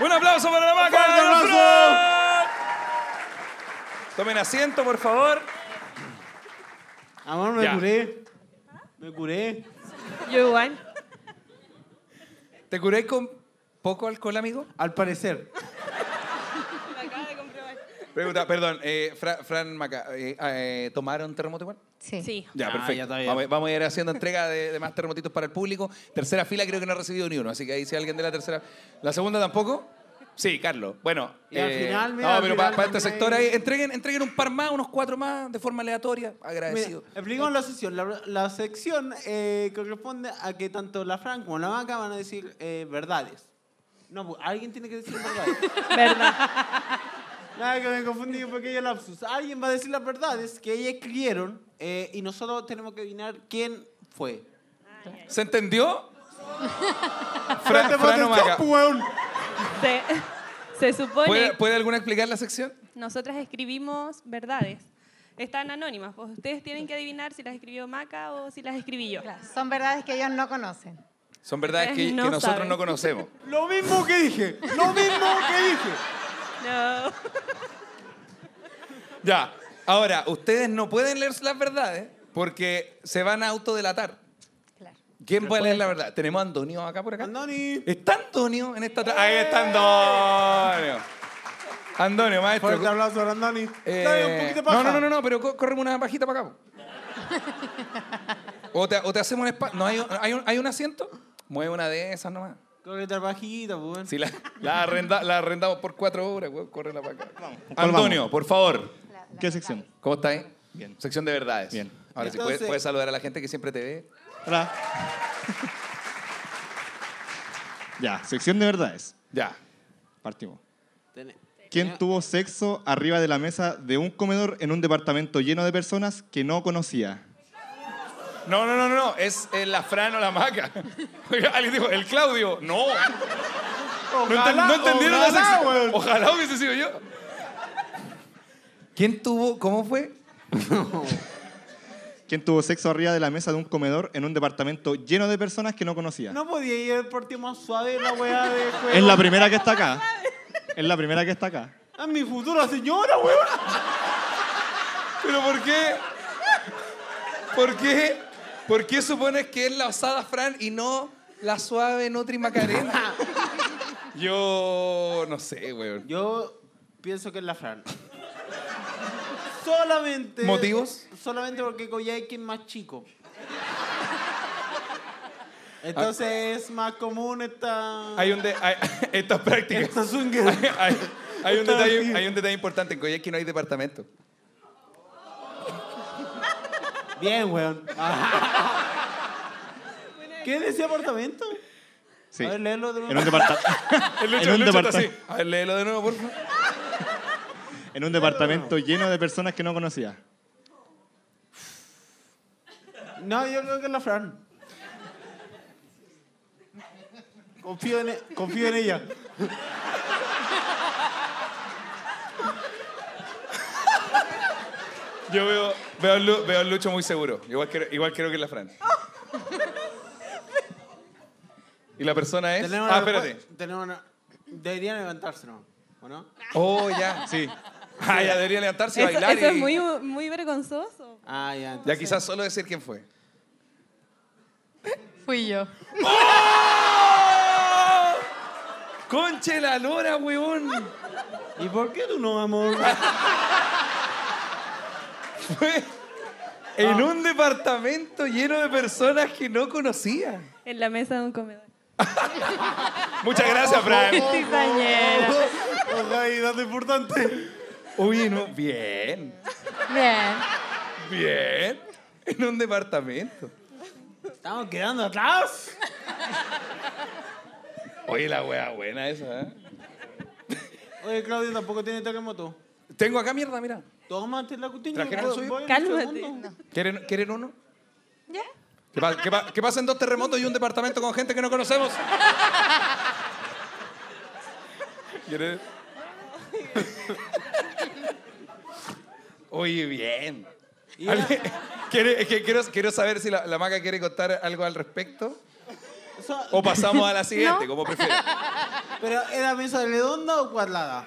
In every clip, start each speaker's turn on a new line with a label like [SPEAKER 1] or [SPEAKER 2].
[SPEAKER 1] Un aplauso para la maca.
[SPEAKER 2] ¡Fuerte aplauso!
[SPEAKER 1] Fran. Tomen asiento, por favor.
[SPEAKER 2] Amor, Ah, me
[SPEAKER 1] Ya.
[SPEAKER 2] curé. Me curé.
[SPEAKER 3] Yo igual.
[SPEAKER 1] ¿Te curé con poco alcohol, amigo?
[SPEAKER 2] Al parecer.
[SPEAKER 1] Pregunta, perdón, eh, Fra- Fran Maca, eh, eh, ¿tomaron terremoto igual?
[SPEAKER 4] Sí.
[SPEAKER 3] Sí.
[SPEAKER 1] Ya,
[SPEAKER 2] Ah,
[SPEAKER 1] perfecto.
[SPEAKER 2] ya está bien.
[SPEAKER 1] Vamos, vamos a ir haciendo entrega de, de más terremotitos para el público. Tercera fila creo que no ha recibido ni uno, así que ahí si alguien de la tercera. ¿La segunda tampoco? Sí, Carlos. Bueno, eh,
[SPEAKER 2] Y al final, mira,
[SPEAKER 1] no,
[SPEAKER 2] al
[SPEAKER 1] pero
[SPEAKER 2] final
[SPEAKER 1] para este
[SPEAKER 2] también
[SPEAKER 1] sector
[SPEAKER 2] hay-
[SPEAKER 1] ahí, entreguen, entreguen un par más, unos cuatro más, de forma aleatoria.
[SPEAKER 2] Mira,
[SPEAKER 1] Agradecido.
[SPEAKER 2] explicamos la sesión. La, la sección eh, corresponde a que tanto la Fran como la Maca van a decir eh, verdades. No, pues, alguien tiene que decir verdades.
[SPEAKER 3] Verdad.
[SPEAKER 2] Nada, que me confundí porque yo lapsus. Alguien va a decir las verdades que ellas escribieron eh, y nosotros tenemos que adivinar quién fue.
[SPEAKER 1] ¿Se entendió? Fra-
[SPEAKER 2] Frente
[SPEAKER 1] Fran o Maca,
[SPEAKER 3] Se, se supone.
[SPEAKER 1] ¿puede, puede alguna explicar la sección?
[SPEAKER 3] Nosotras escribimos verdades. Están anónimas. Pues ustedes tienen que adivinar si las escribió Maca o si las escribí yo.
[SPEAKER 4] Claro, Son verdades que ellos no conocen.
[SPEAKER 1] Son verdades que,
[SPEAKER 3] Ustedes
[SPEAKER 1] que
[SPEAKER 3] no
[SPEAKER 1] nosotros
[SPEAKER 3] saben.
[SPEAKER 1] no conocemos.
[SPEAKER 2] Lo mismo que dije. Lo mismo que dije.
[SPEAKER 3] No.
[SPEAKER 1] Ya. Ahora, ustedes no pueden leer las verdades porque se van a autodelatar.
[SPEAKER 4] Claro.
[SPEAKER 1] ¿Quién puede leer la verdad? ¿Tenemos a Antonio acá por acá?
[SPEAKER 2] Andoni.
[SPEAKER 1] ¿Está Antonio en esta... tra- Ahí está Antonio. Antonio, maestro.
[SPEAKER 2] Fuerte aplauso para Andoni.
[SPEAKER 1] Eh,
[SPEAKER 2] Dale un poquito de paja.
[SPEAKER 1] no, no, no, no, no, pero co- corremos una pajita para acá. po. O te, o te hacemos un espacio. ¿No hay, un- hay, un, hay un asiento? Mueve una de esas nomás.
[SPEAKER 2] Correte pajita, pues. bueno.
[SPEAKER 1] Si la, la arrenda- la arrendamos por cuatro horas, weón, corre la acá.
[SPEAKER 5] ¿Cuál
[SPEAKER 1] Antonio, por favor.
[SPEAKER 4] La- la-
[SPEAKER 5] ¿Qué sección?
[SPEAKER 1] ¿Cómo estás? eh?
[SPEAKER 5] Bien.
[SPEAKER 1] Sección de verdades.
[SPEAKER 5] Bien.
[SPEAKER 1] Ahora sí,
[SPEAKER 2] Entonces-
[SPEAKER 1] puedes, puedes saludar a la gente que siempre te ve.
[SPEAKER 5] Hola. ya, sección de verdades.
[SPEAKER 1] Ya.
[SPEAKER 5] Partimos.
[SPEAKER 2] Ten-
[SPEAKER 5] ¿Quién tuvo sexo arriba de la mesa de un comedor en un departamento lleno de personas que no conocía?
[SPEAKER 1] No, no, no, no, no. Es eh, la Fran o la Maca. Oiga, Alguien dijo, el Claudio. No. No, enten-
[SPEAKER 2] Ojalá,
[SPEAKER 1] no entendieron la
[SPEAKER 2] ojalá,
[SPEAKER 1] sección.
[SPEAKER 2] weón.
[SPEAKER 1] Ojalá hubiese sido yo. ¿Quién tuvo? ¿Cómo fue?
[SPEAKER 5] ¿Quién tuvo sexo arriba de la mesa de un comedor en un departamento lleno de personas que no conocía?
[SPEAKER 2] No podía ir por ti más suave la weá de juego.
[SPEAKER 5] Es la primera que está acá. Es la primera que está acá.
[SPEAKER 2] ¡Ah, mi futura señora, weón.
[SPEAKER 1] ¿Pero por qué? ¿Por qué? ¿Por qué supones que es la osada Fran y no la suave Nutri Macarena? Yo no sé, weón.
[SPEAKER 2] Yo pienso que es la Fran. Solamente.
[SPEAKER 1] ¿Motivos?
[SPEAKER 2] Solamente porque Koyaiki es más chico. Entonces
[SPEAKER 5] Ah.
[SPEAKER 2] es más común esta.
[SPEAKER 1] Hay un de- hay- estas prácticas.
[SPEAKER 2] esta swinger.
[SPEAKER 1] hay, hay- hay un
[SPEAKER 2] Estaba
[SPEAKER 1] detalle,
[SPEAKER 2] así.
[SPEAKER 1] hay un detalle importante. En Coyhaique no hay departamento.
[SPEAKER 2] Bien, weón. ¿Qué decía apartamento?
[SPEAKER 5] Sí.
[SPEAKER 2] A ver, léelo de nuevo.
[SPEAKER 5] En un, departa-
[SPEAKER 1] El
[SPEAKER 5] En un
[SPEAKER 1] está
[SPEAKER 5] departa-
[SPEAKER 1] así. A ver, léelo de nuevo, por favor.
[SPEAKER 5] en un departamento lleno de personas que no conocía.
[SPEAKER 2] No, yo creo que es la Fran. Confío en, e- confío en ella.
[SPEAKER 1] Yo veo, veo, a Lu- veo a Lucho muy seguro. Igual creo, igual creo que es la Fran. Y la persona es.
[SPEAKER 2] Tenemos
[SPEAKER 1] Ah,
[SPEAKER 2] una respu-
[SPEAKER 1] espérate.
[SPEAKER 2] Tenemos una... Deberían levantarse, ¿no? ¿O no?
[SPEAKER 1] Oh, ya.
[SPEAKER 5] Sí.
[SPEAKER 1] Ah, ya debería levantarse y
[SPEAKER 3] Eso,
[SPEAKER 1] bailar.
[SPEAKER 3] eso es
[SPEAKER 1] y-
[SPEAKER 3] muy, muy vergonzoso.
[SPEAKER 2] Ah, ya.
[SPEAKER 1] Ya
[SPEAKER 2] entonces-
[SPEAKER 1] quizás solo decir quién fue.
[SPEAKER 4] Fui yo.
[SPEAKER 1] ¡Oh! ¡Conche la lora, weón!
[SPEAKER 2] ¿Y por qué tú no, amor?
[SPEAKER 1] Fue en un departamento lleno de personas que no conocía.
[SPEAKER 3] En la mesa de un comedor.
[SPEAKER 1] Muchas gracias, Fran.
[SPEAKER 4] Cizañera.
[SPEAKER 2] Ojalá, y dato importante.
[SPEAKER 1] Oye, no. Bien.
[SPEAKER 4] Bien.
[SPEAKER 1] Bien. En un departamento.
[SPEAKER 2] Estamos quedando atrás.
[SPEAKER 1] Oye, la wea buena esa, ¿eh?
[SPEAKER 2] Oye, Claudio, tampoco tiene terremoto.
[SPEAKER 1] Tengo acá mierda, mira.
[SPEAKER 2] Tómate la cutiña.
[SPEAKER 1] ¿Trajeron el suyo?
[SPEAKER 3] Cálmate.
[SPEAKER 1] ¿Quieren, quieren uno?
[SPEAKER 4] Ya.
[SPEAKER 1] Que, pa- que pa- que pasen dos terremotos y un departamento con gente que no conocemos. ¿Quieres? Oye, bien. ¿Alguien- quiere- es que quiero, quiero saber si la, la maca quiere contar algo al respecto
[SPEAKER 2] Eso-
[SPEAKER 1] o pasamos a la siguiente,
[SPEAKER 4] No.
[SPEAKER 1] como prefiera.
[SPEAKER 2] ¿Pero era mesa redonda o cuadrada?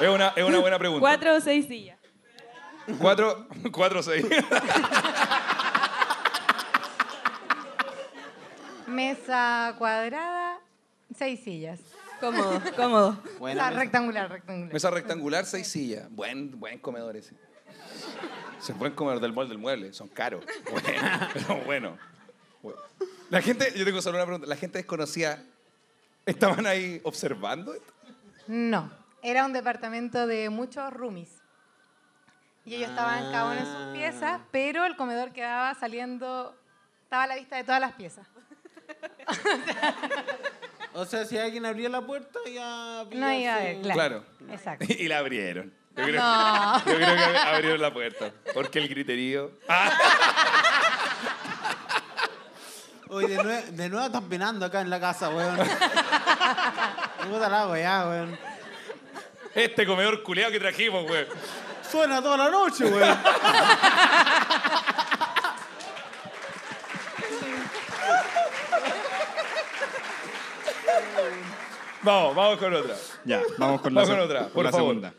[SPEAKER 1] Es una, es una buena pregunta.
[SPEAKER 3] Cuatro o seis sillas.
[SPEAKER 1] Cuatro, cuatro, seis.
[SPEAKER 4] Mesa cuadrada, seis sillas.
[SPEAKER 3] Cómodo, cómodo.
[SPEAKER 4] La
[SPEAKER 2] Buena mesa.
[SPEAKER 4] rectangular, rectangular.
[SPEAKER 1] Mesa rectangular, seis sillas. Buen, buen comedor ese. Se pueden comer del molde del mueble, son caros. Bueno, pero bueno. Bueno. La gente, yo tengo solo una pregunta. ¿La gente desconocía estaban ahí observando esto?
[SPEAKER 4] No, era un departamento de muchos roomies. Y ellos estaban cada uno en
[SPEAKER 2] Ah.
[SPEAKER 4] sus piezas, pero el comedor quedaba saliendo, estaba a la vista de todas las piezas.
[SPEAKER 2] O sea, si alguien abría la puerta, ya.
[SPEAKER 4] No iba a
[SPEAKER 2] pillarse-
[SPEAKER 4] ver, claro.
[SPEAKER 1] Claro.
[SPEAKER 4] Exacto.
[SPEAKER 1] Y la abrieron. Yo creo,
[SPEAKER 4] No.
[SPEAKER 1] yo creo que abrieron la puerta. Porque el griterío. Ah,
[SPEAKER 2] Oye, de, nue- de nuevo están penando acá en la casa, weón. Puta la weá, weón.
[SPEAKER 1] este comedor culeado que trajimos, güey.
[SPEAKER 2] Suena toda la noche, weón.
[SPEAKER 1] Vamos, vamos con otra.
[SPEAKER 5] Ya, vamos con la,
[SPEAKER 1] Vamos con
[SPEAKER 5] se-
[SPEAKER 1] otra,
[SPEAKER 5] con
[SPEAKER 1] por
[SPEAKER 5] la
[SPEAKER 1] favor.
[SPEAKER 5] segunda.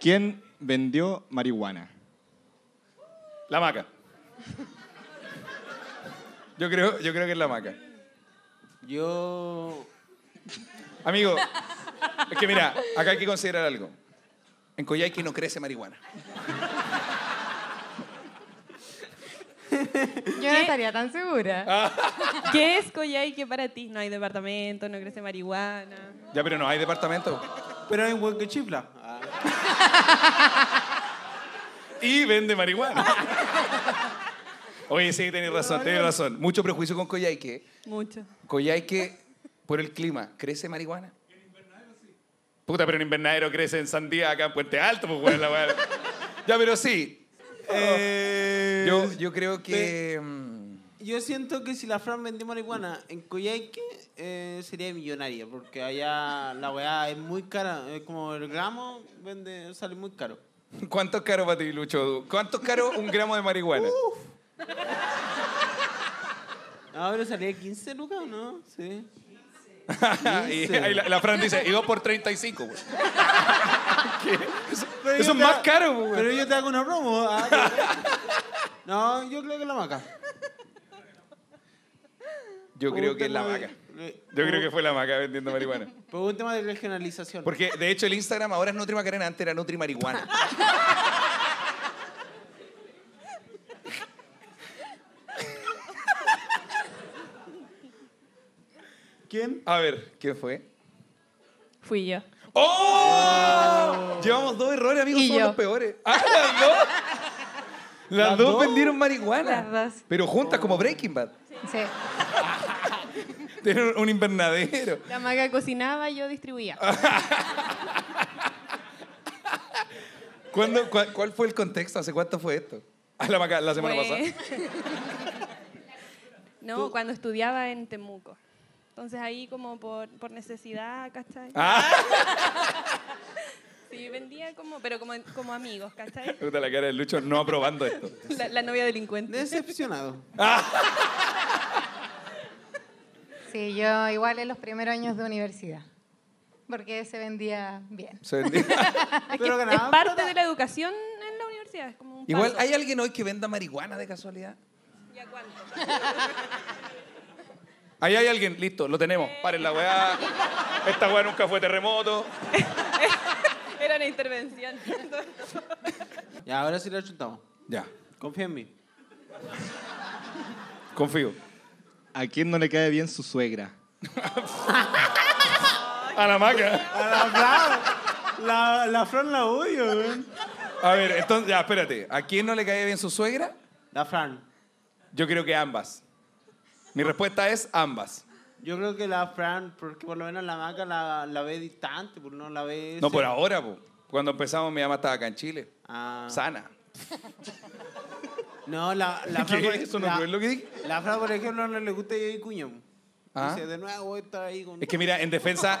[SPEAKER 5] ¿Quién vendió marihuana?
[SPEAKER 1] La maca. Yo creo, yo creo que es la maca.
[SPEAKER 2] Yo.
[SPEAKER 1] Amigo, es que mira, acá hay que considerar algo. En Coyhaique no crece marihuana.
[SPEAKER 4] Yo no estaría tan segura.
[SPEAKER 3] ¿Qué es Coyhaique para ti? No hay departamento, no crece marihuana.
[SPEAKER 1] Ya, pero no hay departamento.
[SPEAKER 2] Pero hay un weón que chifla. Ah.
[SPEAKER 1] Y vende marihuana. Oye, sí, tenés razón, tenés razón. Mucho prejuicio con Coyhaique.
[SPEAKER 3] Mucho.
[SPEAKER 1] Coyhaique, por el clima, ¿crece marihuana? Puta, pero en invernadero crece en Sandía, acá en Puente Alto, pues, weón, la weá. Ya, pero sí.
[SPEAKER 2] Eh,
[SPEAKER 1] Yo, yo creo que... mm,
[SPEAKER 2] Yo siento que si la Fran vendió marihuana en Coyhaique, eh, sería millonaria, porque allá la weá es muy cara. Es como el gramo vende, sale muy caro.
[SPEAKER 1] ¿Cuánto es caro para ti, Lucho? ¿Cuánto es caro un gramo de marihuana?
[SPEAKER 2] Ah, pero salía 15 lucas, ¿o ¿no? Sí.
[SPEAKER 1] y
[SPEAKER 2] 15.
[SPEAKER 1] ahí la, la Fran dice, y dos por 35, güey.
[SPEAKER 2] Pero
[SPEAKER 1] Eso
[SPEAKER 2] yo
[SPEAKER 1] es
[SPEAKER 2] te
[SPEAKER 1] más
[SPEAKER 2] ha-
[SPEAKER 1] caro, güey.
[SPEAKER 2] Pero yo te hago una promo. ah. no, yo creo que la maca.
[SPEAKER 1] Yo creo que es la maca. Yo creo que fue la maca vendiendo marihuana.
[SPEAKER 2] Por un tema de regionalización.
[SPEAKER 1] Porque, de hecho, el Instagram ahora es Nutri Macarena, antes era Nutri Marihuana.
[SPEAKER 2] ¿Quién?
[SPEAKER 1] A ver, ¿qué fue?
[SPEAKER 3] Fui yo.
[SPEAKER 1] ¡Oh! Llevamos dos errores, amigos,
[SPEAKER 4] Y
[SPEAKER 1] somos
[SPEAKER 4] yo.
[SPEAKER 1] los peores. ¡Ah, las dos! Las,
[SPEAKER 2] ¿Las
[SPEAKER 1] dos,
[SPEAKER 2] dos?
[SPEAKER 1] vendieron marihuana.
[SPEAKER 4] Las dos.
[SPEAKER 1] Pero juntas como Breaking Bad.
[SPEAKER 4] Sí.
[SPEAKER 1] Tienen un invernadero.
[SPEAKER 3] La maga cocinaba y yo distribuía.
[SPEAKER 1] ¿Cuándo- cuál, cuál fue el contexto? ¿Hace cuánto fue esto? Ah, la, maca- la semana
[SPEAKER 3] Fue-
[SPEAKER 1] pasada.
[SPEAKER 3] no, cuando estudiaba en Temuco. Entonces ahí como por, por necesidad, ¿cachai?
[SPEAKER 1] Ah,
[SPEAKER 3] Sí, vendía como, pero como, como amigos, ¿cachai?
[SPEAKER 1] puta la cara del Lucho no aprobando esto.
[SPEAKER 3] La, la novia delincuente.
[SPEAKER 2] Decepcionado.
[SPEAKER 4] Sí, yo igual en los primeros años de universidad. Porque se vendía bien.
[SPEAKER 1] Se vendió.
[SPEAKER 2] Pero
[SPEAKER 3] Es
[SPEAKER 2] ganaban
[SPEAKER 3] parte
[SPEAKER 2] plata.
[SPEAKER 3] de la educación en la universidad. Es como un
[SPEAKER 1] Igual,
[SPEAKER 3] paso.
[SPEAKER 1] ¿hay alguien hoy que venda marihuana de casualidad?
[SPEAKER 3] ¿Y a cuánto?
[SPEAKER 1] Ahí hay alguien, listo, lo tenemos. Paren la weá. Esta weá nunca fue terremoto.
[SPEAKER 3] Era una intervención.
[SPEAKER 2] Ya, ahora sí la chutamos.
[SPEAKER 1] Ya,
[SPEAKER 2] Confía en mí.
[SPEAKER 1] confío.
[SPEAKER 5] ¿A quién no le cae bien su suegra?
[SPEAKER 1] A la maca.
[SPEAKER 2] A la Fran. La, la Fran la odio, weón.
[SPEAKER 1] A ver, entonces, ya, espérate. ¿A quién no le cae bien su suegra?
[SPEAKER 2] La Fran.
[SPEAKER 1] Yo creo que ambas. Mi respuesta es ambas.
[SPEAKER 2] Yo creo que la Fran, porque por lo menos la maca la, la ve distante, por no la ve.
[SPEAKER 1] No por ahora, po. Cuando empezamos, mi mamá estaba acá en Chile.
[SPEAKER 2] Ah.
[SPEAKER 1] Sana.
[SPEAKER 2] No, la, la Fran.
[SPEAKER 1] ¿Qué?
[SPEAKER 2] por-
[SPEAKER 1] ¿Eso no
[SPEAKER 2] la-
[SPEAKER 1] es lo que dije?
[SPEAKER 2] La Fran, por ejemplo, no le gusta yo y cuño.
[SPEAKER 1] Ah.
[SPEAKER 2] Dice, de nuevo está ahí con.
[SPEAKER 1] Es que mira, en defensa.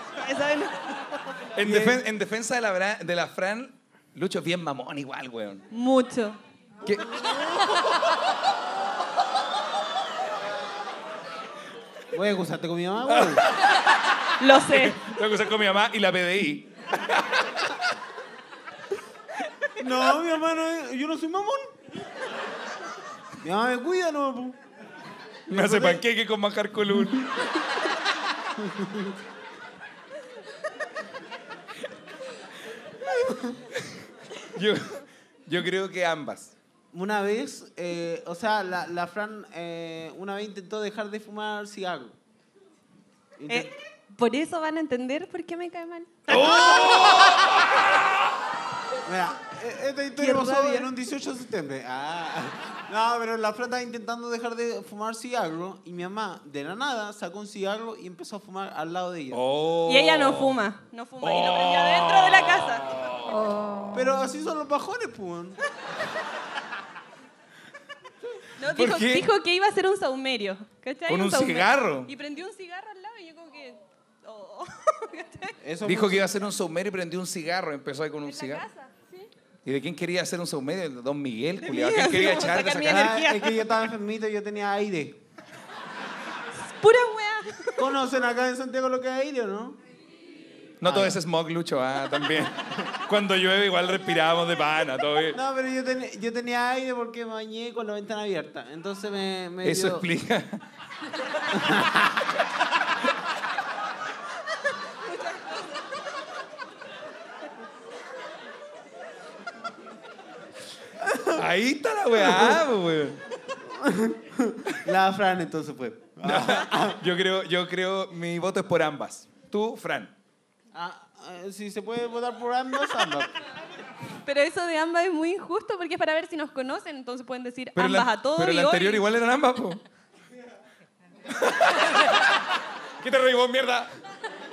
[SPEAKER 1] En, defen- en defensa de la, Bra- de la Fran, Lucho es bien mamón igual, weón.
[SPEAKER 3] Mucho.
[SPEAKER 1] ¿Qué?
[SPEAKER 2] Ah. Güey, gusaste con mi mamá, güey.
[SPEAKER 3] Lo sé.
[SPEAKER 1] Tengo que usar con mi mamá y la PDI.
[SPEAKER 2] No, mi mamá no es- Yo no soy mamón. Mi mamá me cuida, no. po.
[SPEAKER 1] Me hace panqueque con manjar colún. Yo, yo creo que ambas.
[SPEAKER 2] Una vez, eh, o sea, la, la Fran eh, una vez intentó dejar de fumar cigarro. Intent-
[SPEAKER 3] Eh, por eso van a entender por qué me cae mal.
[SPEAKER 2] Mira, eh, esta historia
[SPEAKER 3] Qué
[SPEAKER 2] pasó
[SPEAKER 3] rabia.
[SPEAKER 2] en un 18 de septiembre. Ah. No, pero la Fran estaba intentando dejar de fumar cigarro y mi mamá, de la nada, sacó un cigarro y empezó a fumar al lado de ella.
[SPEAKER 1] Oh.
[SPEAKER 3] Y ella no fuma, no fuma. Y lo prendió dentro de la casa.
[SPEAKER 4] Oh.
[SPEAKER 2] Pero así son los bajones, pues.
[SPEAKER 3] No,
[SPEAKER 1] ¿Por
[SPEAKER 3] dijo,
[SPEAKER 1] qué?
[SPEAKER 3] dijo que iba a ser un saumerio. ¿cachai?
[SPEAKER 1] Con un
[SPEAKER 3] saumerio.
[SPEAKER 1] cigarro.
[SPEAKER 3] Y prendió un cigarro al lado y yo como que... oh, ¿cachai?
[SPEAKER 2] Eso
[SPEAKER 1] Dijo
[SPEAKER 2] fue-
[SPEAKER 1] que iba a hacer un saumerio y prendió un cigarro. Empezó ahí con un
[SPEAKER 3] En la
[SPEAKER 1] cigarro.
[SPEAKER 3] casa, ¿sí?
[SPEAKER 1] ¿Y de quién quería hacer un saumerio? El Don Miguel, culiao.
[SPEAKER 3] mí,
[SPEAKER 1] ¿Quién
[SPEAKER 3] así
[SPEAKER 1] quería
[SPEAKER 3] como
[SPEAKER 1] echar de
[SPEAKER 3] sacar
[SPEAKER 1] esa
[SPEAKER 3] mi
[SPEAKER 1] casa?
[SPEAKER 2] Ah,
[SPEAKER 3] energía.
[SPEAKER 2] es que yo estaba enfermito y yo tenía aire.
[SPEAKER 3] Pura weá.
[SPEAKER 2] ¿Conocen acá en Santiago lo que es aire o no?
[SPEAKER 1] No todo ese smog, Lucho. Ah, también. Cuando llueve igual respirábamos de pana. Todo bien.
[SPEAKER 2] No, pero yo, ten- yo tenía aire porque me bañé con la ventana abierta. Entonces me, me
[SPEAKER 1] Eso
[SPEAKER 2] dio-
[SPEAKER 1] explica. Ahí está la weá, pues, weón.
[SPEAKER 2] La Fran entonces fue.
[SPEAKER 1] Yo creo, yo creo, mi voto es por ambas. Tú, Fran.
[SPEAKER 2] Ah, ah, si se puede votar por ambas, ambas.
[SPEAKER 3] Pero eso de ambas es muy injusto porque es para ver si nos conocen, entonces pueden decir
[SPEAKER 1] Pero
[SPEAKER 3] ambas
[SPEAKER 1] la,
[SPEAKER 3] a todos.
[SPEAKER 1] Pero la
[SPEAKER 3] y hoy-
[SPEAKER 1] anterior igual eran ambas, po. ¿Qué te reí vos, mierda?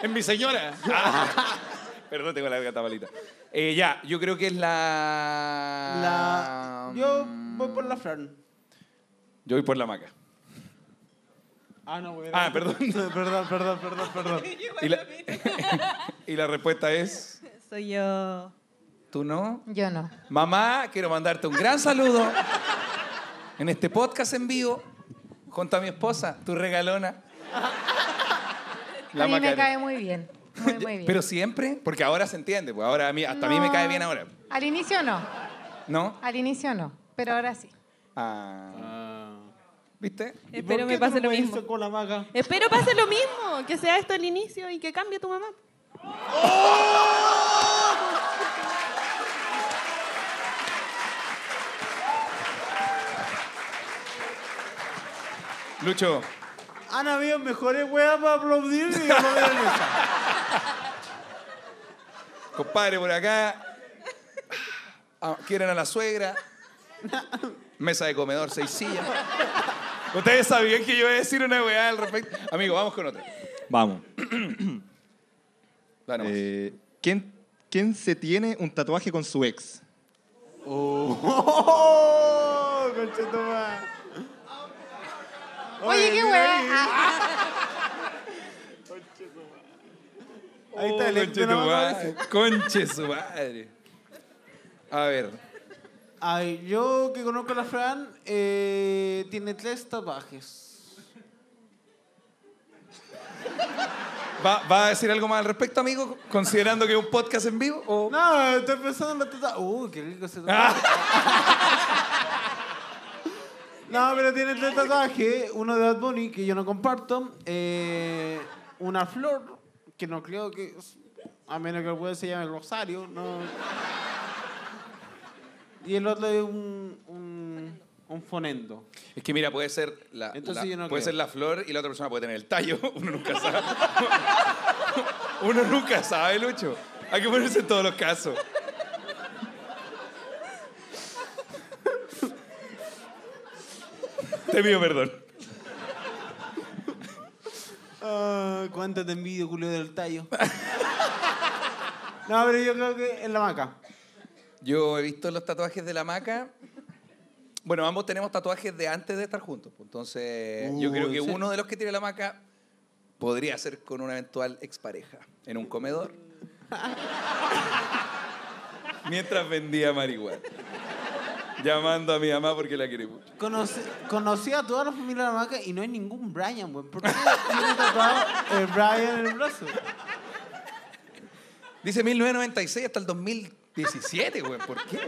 [SPEAKER 1] En mi señora. Ah. Perdón, tengo la verga tabalita. Eh, ya, yo creo que es la...
[SPEAKER 2] La... Yo voy por la Fran.
[SPEAKER 1] Yo voy por la maca.
[SPEAKER 2] Ah, no, güey.
[SPEAKER 1] Ah, perdón.
[SPEAKER 2] perdón, perdón, perdón, perdón.
[SPEAKER 1] Y la, y la respuesta es...
[SPEAKER 3] Soy yo.
[SPEAKER 1] ¿Tú no?
[SPEAKER 4] Yo no.
[SPEAKER 1] Mamá, quiero mandarte un gran saludo en este podcast en vivo junto a mi esposa, tu regalona.
[SPEAKER 4] a mí me
[SPEAKER 1] Macarena.
[SPEAKER 4] cae muy bien. Muy, muy bien.
[SPEAKER 1] Pero siempre, porque ahora se entiende, pues ahora a mí, hasta a mí me
[SPEAKER 4] No.
[SPEAKER 1] cae bien ahora,
[SPEAKER 4] Al inicio no.
[SPEAKER 1] ¿no?
[SPEAKER 4] Al inicio no. Pero ahora sí.
[SPEAKER 1] Ah, ¿Viste?
[SPEAKER 2] ¿Y por
[SPEAKER 3] Espero
[SPEAKER 2] qué
[SPEAKER 3] me
[SPEAKER 2] tú
[SPEAKER 3] pase
[SPEAKER 2] no
[SPEAKER 3] lo
[SPEAKER 2] me
[SPEAKER 3] mismo.
[SPEAKER 2] dices Con la maga?
[SPEAKER 3] Espero pase lo mismo, que sea esto el inicio y que cambie tu mamá.
[SPEAKER 1] Lucho,
[SPEAKER 2] Han habido mejores weas para aplaudir y para poner en esa.
[SPEAKER 1] compadre por acá, Ah, quieren a la suegra, mesa de comedor, seis sillas. Ustedes sabían que yo iba a decir una weá al respecto. Amigo, vamos con otra.
[SPEAKER 5] Vamos.
[SPEAKER 1] Da nomás.
[SPEAKER 5] Eh, ¿quién, ¿Quién se tiene un tatuaje con su ex?
[SPEAKER 2] ¡Oh! Conchetumare.
[SPEAKER 4] Oye, qué
[SPEAKER 2] mira
[SPEAKER 4] hueá.
[SPEAKER 2] ahí.
[SPEAKER 4] Ah,
[SPEAKER 2] Ahí está el
[SPEAKER 1] Oh,
[SPEAKER 2] ex
[SPEAKER 1] conche
[SPEAKER 2] de la
[SPEAKER 1] tu
[SPEAKER 2] mamá,
[SPEAKER 1] madre, Conche su madre. A ver,
[SPEAKER 2] Ay, yo que conozco a la Fran, eh, tiene tres tatuajes.
[SPEAKER 1] ¿va, va a decir algo más al respecto, amigo? Considerando que es un podcast en vivo. o-
[SPEAKER 2] No, estoy pensando en los tatuajes. Uy, qué rico ese tatuaje.
[SPEAKER 1] Ah,
[SPEAKER 2] No, pero tiene tres tatuajes. Uno de Bad Bunny, que yo no comparto. eh, una flor, que no creo que... A menos que el weón se llame Rosario. No. Y el otro es un... un un fonendo.
[SPEAKER 1] es que mira, puede ser la,
[SPEAKER 2] Entonces
[SPEAKER 1] la-
[SPEAKER 2] yo no
[SPEAKER 1] puede
[SPEAKER 2] creo.
[SPEAKER 1] ser la flor y la otra persona puede tener el tallo. Uno nunca sabe. Uno nunca sabe, Lucho. Hay que ponerse en todos los casos. Te pido perdón.
[SPEAKER 2] Ah, cuánto te envidio, Julio del Tallo. No, pero yo creo que es la maca.
[SPEAKER 1] Yo he visto los tatuajes de la maca. Bueno, ambos tenemos tatuajes de antes de estar juntos. pues, Entonces, yo
[SPEAKER 2] Uh,
[SPEAKER 1] creo
[SPEAKER 2] ¿en
[SPEAKER 1] que
[SPEAKER 2] serio?
[SPEAKER 1] uno de los que tiene la maca podría ser con una eventual expareja en un comedor. Mientras vendía marihuana. llamando a mi mamá porque la quiere mucho.
[SPEAKER 2] Conocí, conocí a toda la familia de la maca y no hay ningún Brian, güey. ¿Por qué tiene tatuado el Brian en el brazo?
[SPEAKER 1] Dice 1996 hasta el 2017, güey. ¿Por qué?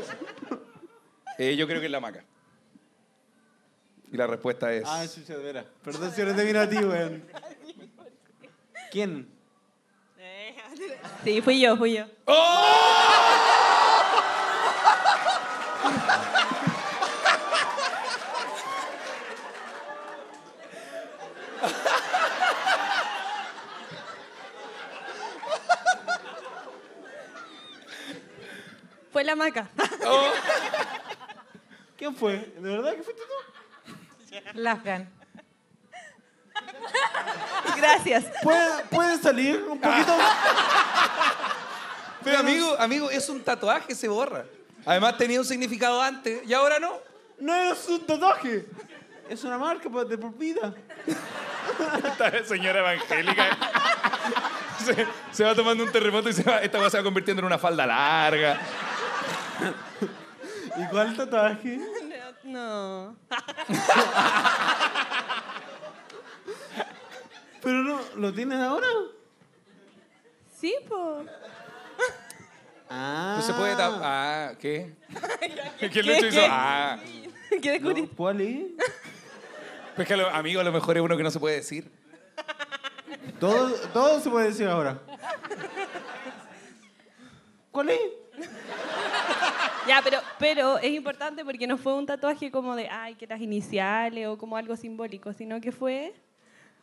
[SPEAKER 1] Eh, yo creo que es la maca. Y la respuesta es...
[SPEAKER 2] Ah, chucha, de veras. Perdón si no te miro a ti, güey. ¿Quién?
[SPEAKER 3] Sí, fui yo, fui yo. Fue la maca.
[SPEAKER 2] ¿Quién fue? ¿De verdad que fuiste tú?
[SPEAKER 4] La Fran.
[SPEAKER 3] Gracias.
[SPEAKER 2] ¿Puede, puede salir un poquito?
[SPEAKER 1] Pero amigo, amigo, es un tatuaje, se borra. Además tenía un significado antes y ahora no.
[SPEAKER 2] No es un tatuaje. Es una marca pues, de por vida.
[SPEAKER 1] Esta señora evangélica se, se va tomando un terremoto y se va- esta cosa se va convirtiendo en una falda larga.
[SPEAKER 2] ¿Y cuál tatuaje?
[SPEAKER 3] No.
[SPEAKER 2] Pero no, ¿lo tienes ahora?
[SPEAKER 3] Sí, po.
[SPEAKER 2] Ah.
[SPEAKER 1] No se puede tap- Ah, ¿qué? ¿Qué Lucho hizo?
[SPEAKER 3] ¿Qué?
[SPEAKER 1] Ah.
[SPEAKER 3] ¿Qué descubriste?
[SPEAKER 2] No, Ah, ¿Cuál es?
[SPEAKER 1] Pues que, a lo- amigo, a lo mejor es uno que no se puede decir.
[SPEAKER 2] Todo, todo se puede decir ahora. ¿Cuál es?
[SPEAKER 3] Ya, pero, pero es importante porque no fue un tatuaje como de, ay, que las iniciales o como algo simbólico, sino que fue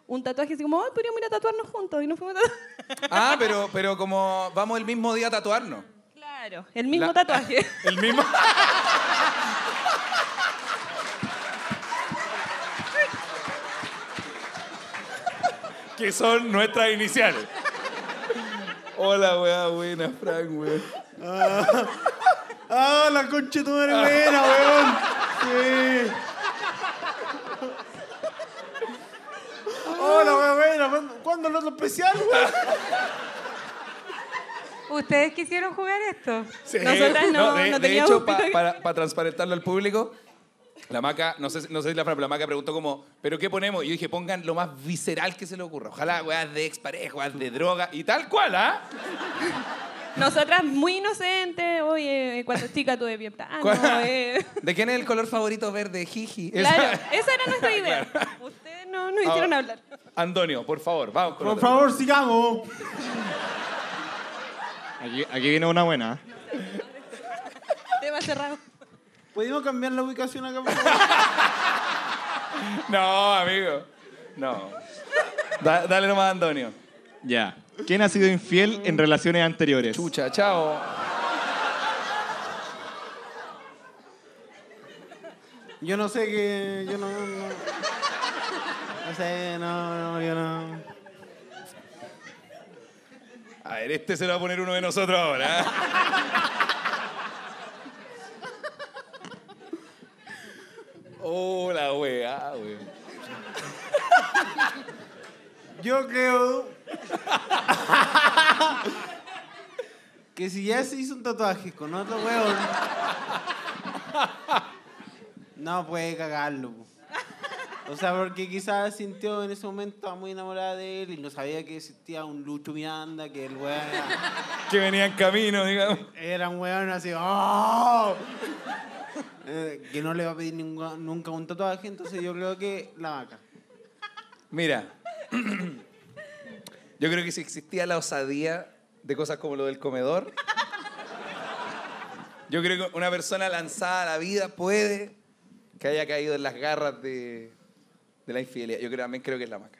[SPEAKER 3] un tatuaje así como, ay, podríamos ir a tatuarnos juntos y no fuimos a tatuar.
[SPEAKER 1] Ah, pero, pero como vamos el mismo día a tatuarnos.
[SPEAKER 3] Claro, el mismo
[SPEAKER 1] La-
[SPEAKER 3] tatuaje.
[SPEAKER 1] El mismo. que son nuestras iniciales. Hola, weá, buena, Frank, weón.
[SPEAKER 2] ¡Ah, la concha de tu madre buena, weón! ¡Sí! ¡Hola, weón! buena. ¿Cuándo- ¿Cuándo el otro especial, weón?
[SPEAKER 4] ¿Ustedes quisieron jugar esto?
[SPEAKER 1] Sí.
[SPEAKER 3] Nosotras no-
[SPEAKER 1] de,
[SPEAKER 3] no
[SPEAKER 1] de
[SPEAKER 3] teníamos
[SPEAKER 1] hecho, pa-
[SPEAKER 3] pito que-
[SPEAKER 1] para, para transparentarlo al público, la maca, no sé, si- no sé si la Fran, pero la maca preguntó como, ¿pero qué ponemos? Y yo dije, pongan lo más visceral que se les ocurra. Ojalá weas de expareja, weas de droga y tal cual, ¿ah?
[SPEAKER 3] Nosotras muy inocentes, oye, cuando chica tuve piedra. Ah,
[SPEAKER 1] ¿Cuál-
[SPEAKER 3] no, eh.
[SPEAKER 1] ¿De quién es el color favorito verde? Jiji. Esa-
[SPEAKER 3] Claro, esa era nuestra idea. Ustedes no nos hicieron
[SPEAKER 1] Ahora-
[SPEAKER 3] hablar.
[SPEAKER 1] Antonio, por favor, vamos con
[SPEAKER 2] Por
[SPEAKER 1] otra.
[SPEAKER 2] favor, sigamos.
[SPEAKER 5] Aquí, aquí viene una buena. ¿eh?
[SPEAKER 3] Tema cerrado.
[SPEAKER 2] ¿Podemos cambiar la ubicación acá? por favor?
[SPEAKER 1] No, amigo. No. Da- dale nomás a Antonio.
[SPEAKER 5] Ya. ¿Quién ha sido infiel en relaciones anteriores?
[SPEAKER 1] Chucha, chao.
[SPEAKER 2] Yo no sé que... Yo no... No, no sé, no, no, yo no...
[SPEAKER 1] A ver, este se lo va a poner uno de nosotros ahora. ¿eh? Oh, la weá, weón.
[SPEAKER 2] Yo creo que si ya se hizo un tatuaje con otro huevón, no puede cagarlo. po. O sea, porque quizás sintió en ese momento estaba muy enamorada de él y no sabía que existía un Lucho Miranda, que el weón era,
[SPEAKER 1] Que venía en camino, digamos.
[SPEAKER 2] era un weón así, ¡oh! Eh, que no le va a pedir ningún- nunca un tatuaje, entonces yo creo que la vaca.
[SPEAKER 1] Mira, yo creo que si existía la osadía de cosas como lo del comedor, yo creo que una persona lanzada a la vida puede que haya caído en las garras de, de la infidelidad. Yo creo, también creo que es la maca.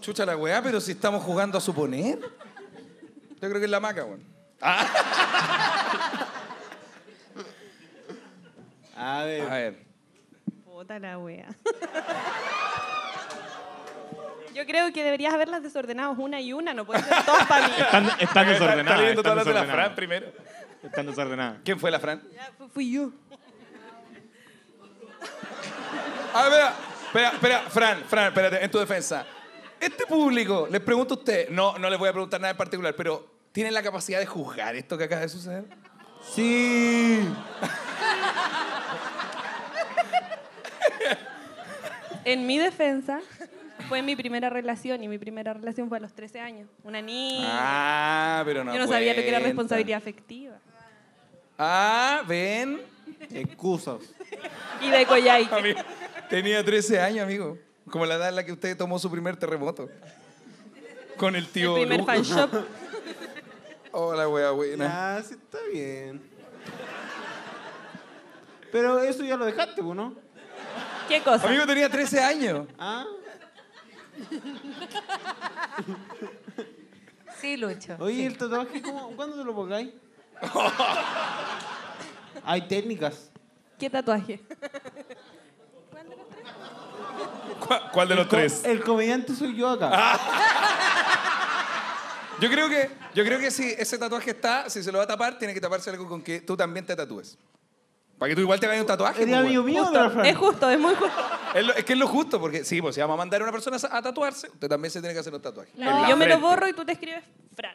[SPEAKER 1] Chucha la weá, pero si estamos jugando a suponer. Yo creo que es la maca, weón.
[SPEAKER 2] A ver.
[SPEAKER 1] A ver.
[SPEAKER 3] Puta la wea. Yo creo que deberías haberlas desordenado una y una, no puedes ser todas para mí.
[SPEAKER 5] Están, están desordenadas.
[SPEAKER 1] leyendo
[SPEAKER 5] están
[SPEAKER 1] todas las de la
[SPEAKER 5] desordenadas.
[SPEAKER 1] Fran primero.
[SPEAKER 5] Están desordenadas.
[SPEAKER 1] ¿Quién fue la Fran?
[SPEAKER 3] Ya, fu- Fui yo.
[SPEAKER 1] A ver, espera, espera, Fran, Fran, espérate, en tu defensa. Este público, les pregunto a usted, no, no les voy a preguntar nada en particular, pero ¿tienen la capacidad de juzgar esto que acaba de suceder?
[SPEAKER 2] Sí.
[SPEAKER 3] En mi defensa, fue mi primera relación y mi primera relación fue a los 13 años. Una niña.
[SPEAKER 1] Ah, pero no
[SPEAKER 3] Yo no sabía lo que era
[SPEAKER 1] cuenta.
[SPEAKER 3] responsabilidad afectiva.
[SPEAKER 1] Ah, ven.
[SPEAKER 2] Excusas.
[SPEAKER 3] Y de Coyhaique.
[SPEAKER 1] Amigo, tenía 13 años, amigo. Como la edad en la que usted tomó su primer terremoto. Con el
[SPEAKER 3] El
[SPEAKER 1] tío.
[SPEAKER 3] primer
[SPEAKER 1] Lu-
[SPEAKER 3] fan shop.
[SPEAKER 1] Hola, wea buena.
[SPEAKER 2] Ah, sí, está bien. Pero eso ya lo dejaste, pues, ¿no?
[SPEAKER 3] ¿Qué cosa?
[SPEAKER 1] Amigo, tenía 13 años.
[SPEAKER 2] Ah,
[SPEAKER 4] Sí, Lucho.
[SPEAKER 2] oye, el tatuaje, cómo- ¿cuándo te lo pongáis? Hay técnicas.
[SPEAKER 3] ¿Qué tatuaje?
[SPEAKER 1] ¿Cuál, cuál de los
[SPEAKER 2] Co-
[SPEAKER 1] tres?
[SPEAKER 2] El comediante soy yo acá.
[SPEAKER 1] Yo creo que, yo creo que si ese tatuaje está, si se lo va a tapar, tiene que taparse algo con que tú también te tatúes. Para que tú igual te hagas un tatuaje.
[SPEAKER 2] ¿Sería
[SPEAKER 1] pues,
[SPEAKER 2] amigo
[SPEAKER 1] weón.
[SPEAKER 2] mío o de
[SPEAKER 3] Justo.
[SPEAKER 2] la Fran?
[SPEAKER 3] Es justo, es muy justo.
[SPEAKER 1] Es, lo- es que es lo justo, porque sí, pues si vamos a mandar a una persona a tatuarse, usted también se tiene que hacer un tatuaje.
[SPEAKER 3] Yo
[SPEAKER 1] En la
[SPEAKER 3] me
[SPEAKER 1] frente.
[SPEAKER 3] lo borro y tú te escribes Fran.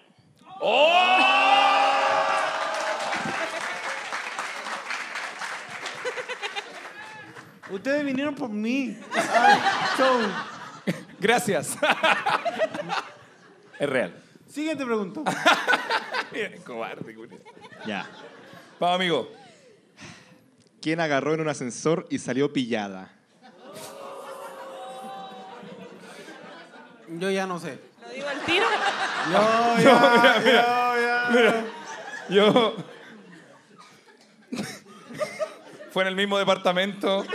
[SPEAKER 2] Ustedes vinieron por mí. Ay, show.
[SPEAKER 1] Gracias. es real.
[SPEAKER 2] Siguiente pregunta.
[SPEAKER 1] Mira, cobarde, culiao.
[SPEAKER 5] Ya.
[SPEAKER 1] Vamos, amigo.
[SPEAKER 5] ¿Quién agarró en un ascensor y salió pillada?
[SPEAKER 2] Yo ya no sé.
[SPEAKER 3] Lo digo al tiro.
[SPEAKER 2] Yo ya, yo ya.
[SPEAKER 1] Yo. Fue en el mismo departamento.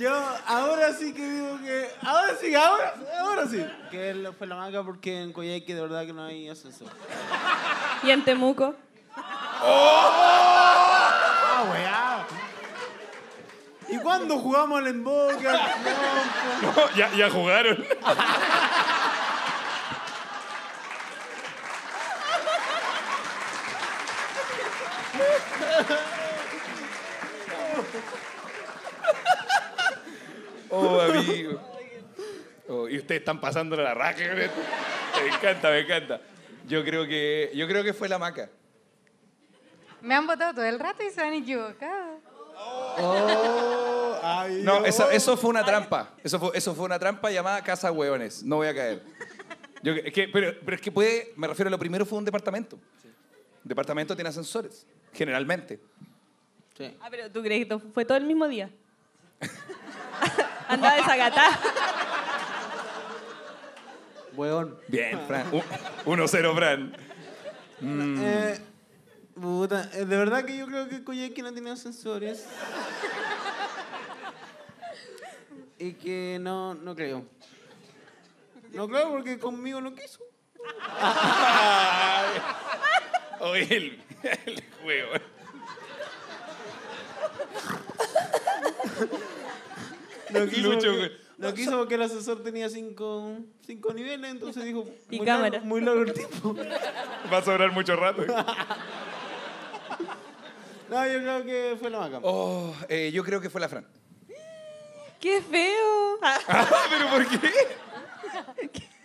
[SPEAKER 2] Yo ahora sí que digo que. Ahora sí, ahora, ahora sí. Que él fue la manga porque en Coyhaique de verdad que no hay ascensor.
[SPEAKER 3] Y en Temuco.
[SPEAKER 2] ¡Ah, weá! ¿Y cuándo jugamos al emboque? al trompo?
[SPEAKER 1] ya, ya jugaron. Oh, amigo. Oh, y ustedes están pasando la raja con esto. Me encanta, me encanta. Yo creo que, yo creo que fue la maca.
[SPEAKER 4] Me han votado todo el rato y se han equivocado.
[SPEAKER 2] Oh, ay,
[SPEAKER 1] No,
[SPEAKER 2] oh.
[SPEAKER 1] esa- eso fue una trampa. Eso fue, eso fue una trampa llamada Casa Hueones. No voy a caer. Yo- es que- pero, pero es que puede, me refiero, lo primero fue un departamento. Departamento tiene ascensores, generalmente.
[SPEAKER 2] Sí.
[SPEAKER 3] Ah, pero tú crees que to- fue todo el mismo día. Andaba desagatada.
[SPEAKER 2] Weón.
[SPEAKER 1] Bien, Fran. 1-0, Fran.
[SPEAKER 2] Eh, puta, eh, de verdad que yo creo que Coyhaique no tiene ascensores. y que no, no creo. No creo porque conmigo no quiso.
[SPEAKER 1] Oye, el, el hueón.
[SPEAKER 2] No quiso,
[SPEAKER 1] Lucho,
[SPEAKER 2] porque,
[SPEAKER 1] güey.
[SPEAKER 2] no quiso porque el ascensor tenía cinco, cinco niveles, entonces dijo,
[SPEAKER 3] Y
[SPEAKER 2] muy
[SPEAKER 3] cámara.
[SPEAKER 2] largo, muy largo el tiempo.
[SPEAKER 1] Va a sobrar mucho rato.
[SPEAKER 2] No, yo creo que fue la maca.
[SPEAKER 1] Oh, eh, yo creo que fue la Fran.
[SPEAKER 3] ¡Qué feo! Ah,
[SPEAKER 1] Ah, ¿Pero por qué?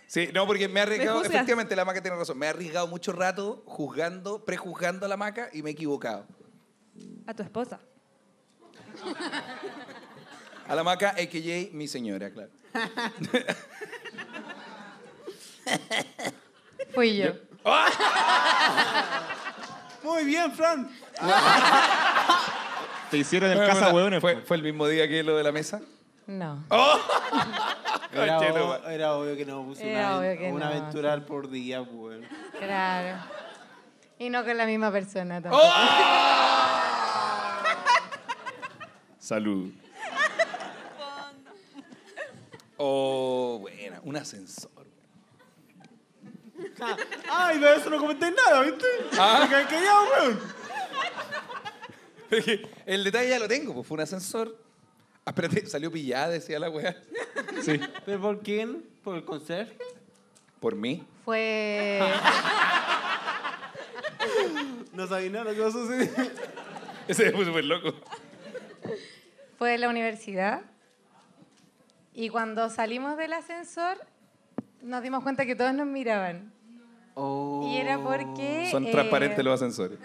[SPEAKER 1] Sí, no, porque me ha arriesgado,
[SPEAKER 3] juzgas.
[SPEAKER 1] efectivamente la maca tiene razón, me ha arriesgado mucho rato juzgando, prejuzgando a la maca y me he equivocado.
[SPEAKER 3] A tu esposa.
[SPEAKER 1] A la maca, a.k.a. mi señora, claro.
[SPEAKER 4] Fui yo.
[SPEAKER 2] Muy bien, Fran.
[SPEAKER 5] Te hicieron el casa hueones.
[SPEAKER 1] ¿Fue,
[SPEAKER 5] po.
[SPEAKER 1] fue el pues. mismo día que lo de la mesa?
[SPEAKER 4] No.
[SPEAKER 1] Oh.
[SPEAKER 2] Era,
[SPEAKER 1] Conchetumare.
[SPEAKER 2] ob- era obvio que no puso una, aven-
[SPEAKER 4] Era obvio que
[SPEAKER 2] una
[SPEAKER 4] no.
[SPEAKER 2] aventural por día, pues, weón.
[SPEAKER 4] Claro. Y no con la misma persona tampoco.
[SPEAKER 1] Oh.
[SPEAKER 5] Salud.
[SPEAKER 1] Oh, buena, un ascensor.
[SPEAKER 2] Ay, pero eso no comenté nada, ¿viste?
[SPEAKER 1] Ah.
[SPEAKER 2] Me quedé callado, weón.
[SPEAKER 1] El detalle ya lo tengo, pues fue un ascensor. Ah, espérate, salió pillada, decía la weá.
[SPEAKER 5] Sí.
[SPEAKER 2] ¿Pero por quién? ¿Por el conserje?
[SPEAKER 1] Por mí.
[SPEAKER 4] Fue.
[SPEAKER 2] No sabía nada lo que iba a suceder.
[SPEAKER 1] Ese fue súper loco.
[SPEAKER 4] Fue de la universidad. Y cuando salimos del ascensor, nos dimos cuenta que todos nos miraban. Y era porque...
[SPEAKER 1] Son
[SPEAKER 4] eh,
[SPEAKER 1] transparentes los ascensores.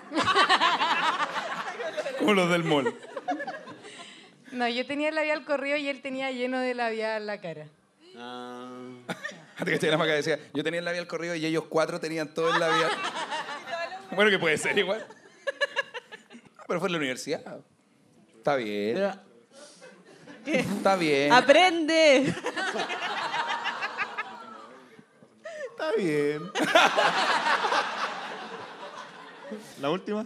[SPEAKER 1] Como los del mall.
[SPEAKER 4] No, yo tenía el labial corrido y él tenía lleno de labial la cara.
[SPEAKER 2] Oh.
[SPEAKER 1] Antes que estuviera Maca decía, yo tenía el labial corrido y ellos cuatro tenían todo el labial. bueno, que puede ser igual. Ah, Pero fue en la universidad. Está bien.
[SPEAKER 2] Era-
[SPEAKER 1] Está
[SPEAKER 3] Eh.
[SPEAKER 1] bien.
[SPEAKER 3] Ah, ¡Aprende!
[SPEAKER 2] Está bien.
[SPEAKER 5] La última.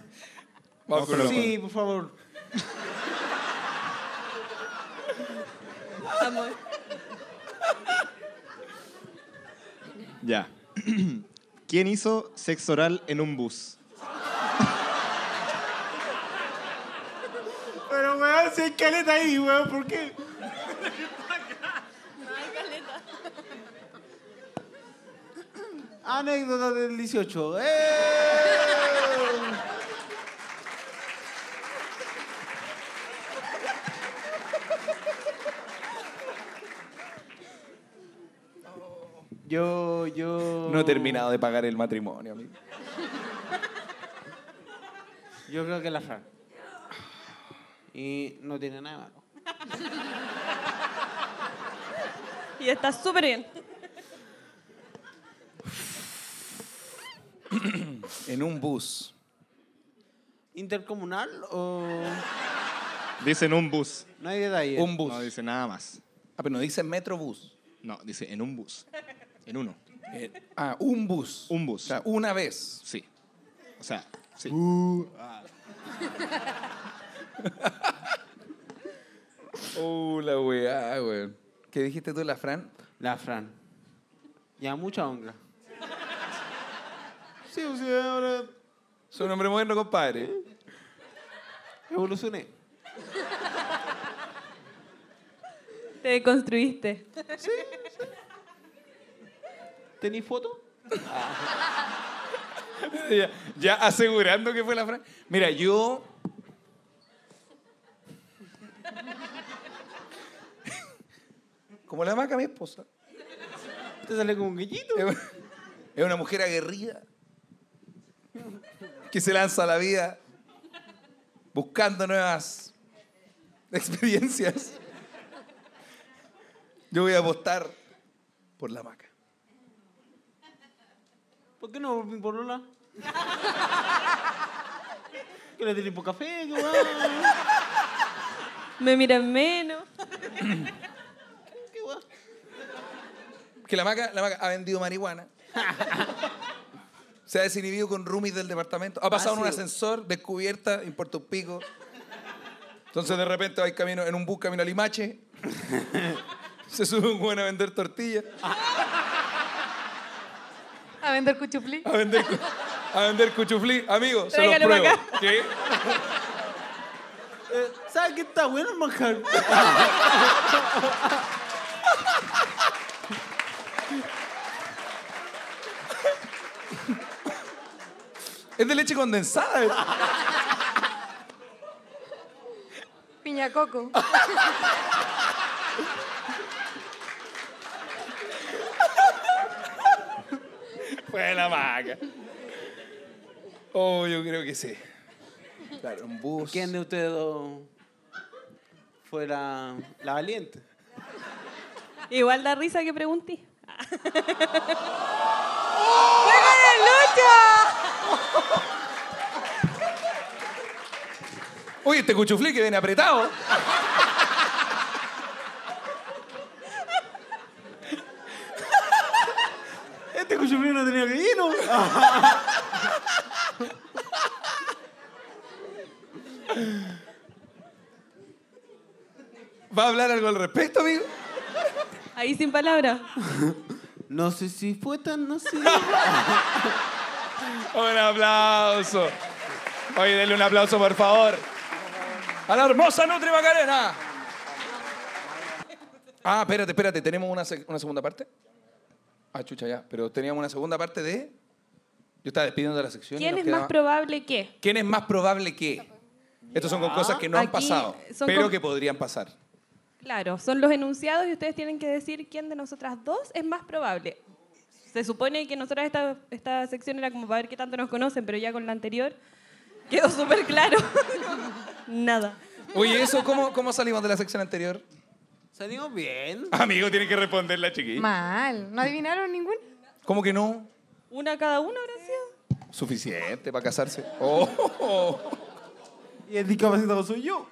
[SPEAKER 1] Vamos con la otra.
[SPEAKER 2] Sí, por favor.
[SPEAKER 3] Vamos.
[SPEAKER 5] Ya. ¿Quién hizo sexo oral en un bus?
[SPEAKER 2] Pero, weón, si hay caleta ahí, weón, ¿por qué? Anécdota del 18. ¡Eh! Yo, yo.
[SPEAKER 1] No he terminado de pagar el matrimonio, amigo.
[SPEAKER 2] Yo creo que la Fran. Y no tiene nada de malo.
[SPEAKER 3] Y está súper bien.
[SPEAKER 1] En un bus.
[SPEAKER 2] ¿Intercomunal o.?
[SPEAKER 5] Dice en un bus.
[SPEAKER 2] No hay ¿eh? detalle.
[SPEAKER 1] Un bus.
[SPEAKER 5] No dice nada más.
[SPEAKER 1] Ah, pero no dice metrobús.
[SPEAKER 5] No, dice en un bus. En uno.
[SPEAKER 1] Eh, ah, un bus.
[SPEAKER 5] Un bus.
[SPEAKER 1] O sea, una vez.
[SPEAKER 5] Sí. O sea, sí.
[SPEAKER 1] Uh, la weá, weón. ¿Qué dijiste tú, la Fran?
[SPEAKER 2] La Fran. Ya mucha honra. Sí, o sea, ahora
[SPEAKER 1] Soy un hombre moderno, compadre.
[SPEAKER 2] evolucioné.
[SPEAKER 3] Te deconstruiste.
[SPEAKER 2] ¿Tenís foto?
[SPEAKER 1] ya, ya asegurando que fue la Fran. Mira, yo. Como la maca, mi esposa.
[SPEAKER 2] Te sale como un guillito.
[SPEAKER 1] Es una- es una mujer aguerrida que se lanza a la vida buscando nuevas experiencias. Yo voy a apostar por la maca.
[SPEAKER 2] ¿Por qué no por mi polola? ¿Que le tenéis por café? ¿Qué guay?
[SPEAKER 3] Me miran menos.
[SPEAKER 2] ¿Qué guay?
[SPEAKER 1] Que la maca, la maca ha vendido marihuana. Se ha desinhibido con roomies del departamento. Ha pasado en un
[SPEAKER 2] Ah, sí.
[SPEAKER 1] ascensor, descubierta, importa un pico. Entonces de repente hay camino, en un bus camino a Limache. Se sube un buen a vender tortillas,
[SPEAKER 4] A vender cuchuflí.
[SPEAKER 1] a vender, cu- a vender cuchuflí. Amigo, se los
[SPEAKER 3] Tráigalo
[SPEAKER 1] pruebo.
[SPEAKER 3] para
[SPEAKER 1] ¿Qué?
[SPEAKER 2] Eh, ¿Sabes qué está bueno el manjar?
[SPEAKER 1] Es de leche condensada. ¿eh?
[SPEAKER 4] Piña coco.
[SPEAKER 1] Fue la maca. Oh, yo creo que sí. Claro, un bus.
[SPEAKER 2] ¿Quién de ustedes dos fue la, la valiente?
[SPEAKER 3] Igual da risa que pregunté.
[SPEAKER 1] Oye, este cuchuflí que viene apretado.
[SPEAKER 2] Este cuchuflí no tenía gallino.
[SPEAKER 1] ¿Va a hablar algo al respecto, amigo?
[SPEAKER 3] Ahí sin palabras.
[SPEAKER 2] No sé si fue tan así.
[SPEAKER 1] Un aplauso. Oye, denle un aplauso, por favor. A la hermosa Nutri Macarena. Ah, espérate, espérate. ¿Tenemos una, sec- una segunda parte? Ah, chucha, ya. Pero teníamos una segunda parte de... Yo estaba despidiendo de la sección. y
[SPEAKER 3] ¿Quién
[SPEAKER 1] nos
[SPEAKER 3] es
[SPEAKER 1] quedaba-
[SPEAKER 3] más probable que?
[SPEAKER 1] ¿Quién es más probable que? Estos son con cosas que no han
[SPEAKER 3] Aquí
[SPEAKER 1] pasado,
[SPEAKER 3] son
[SPEAKER 1] pero
[SPEAKER 3] con-
[SPEAKER 1] que podrían pasar.
[SPEAKER 3] Claro, son los enunciados y ustedes tienen que decir quién de nosotras dos es más probable. se supone que nosotras esta, esta sección era como para ver qué tanto nos conocen, pero ya con la anterior quedó súper claro. Nada.
[SPEAKER 1] Oye, ¿eso cómo, cómo salimos de la sección anterior?
[SPEAKER 2] Salimos bien.
[SPEAKER 1] Amigo, tiene que responder la chiquilla.
[SPEAKER 4] Mal. ¿No adivinaron ninguna?
[SPEAKER 1] ¿Cómo que no?
[SPEAKER 3] ¿Una cada uno habrá sido?
[SPEAKER 1] Suficiente para casarse. Oh,
[SPEAKER 2] Y el discapacitado soy yo.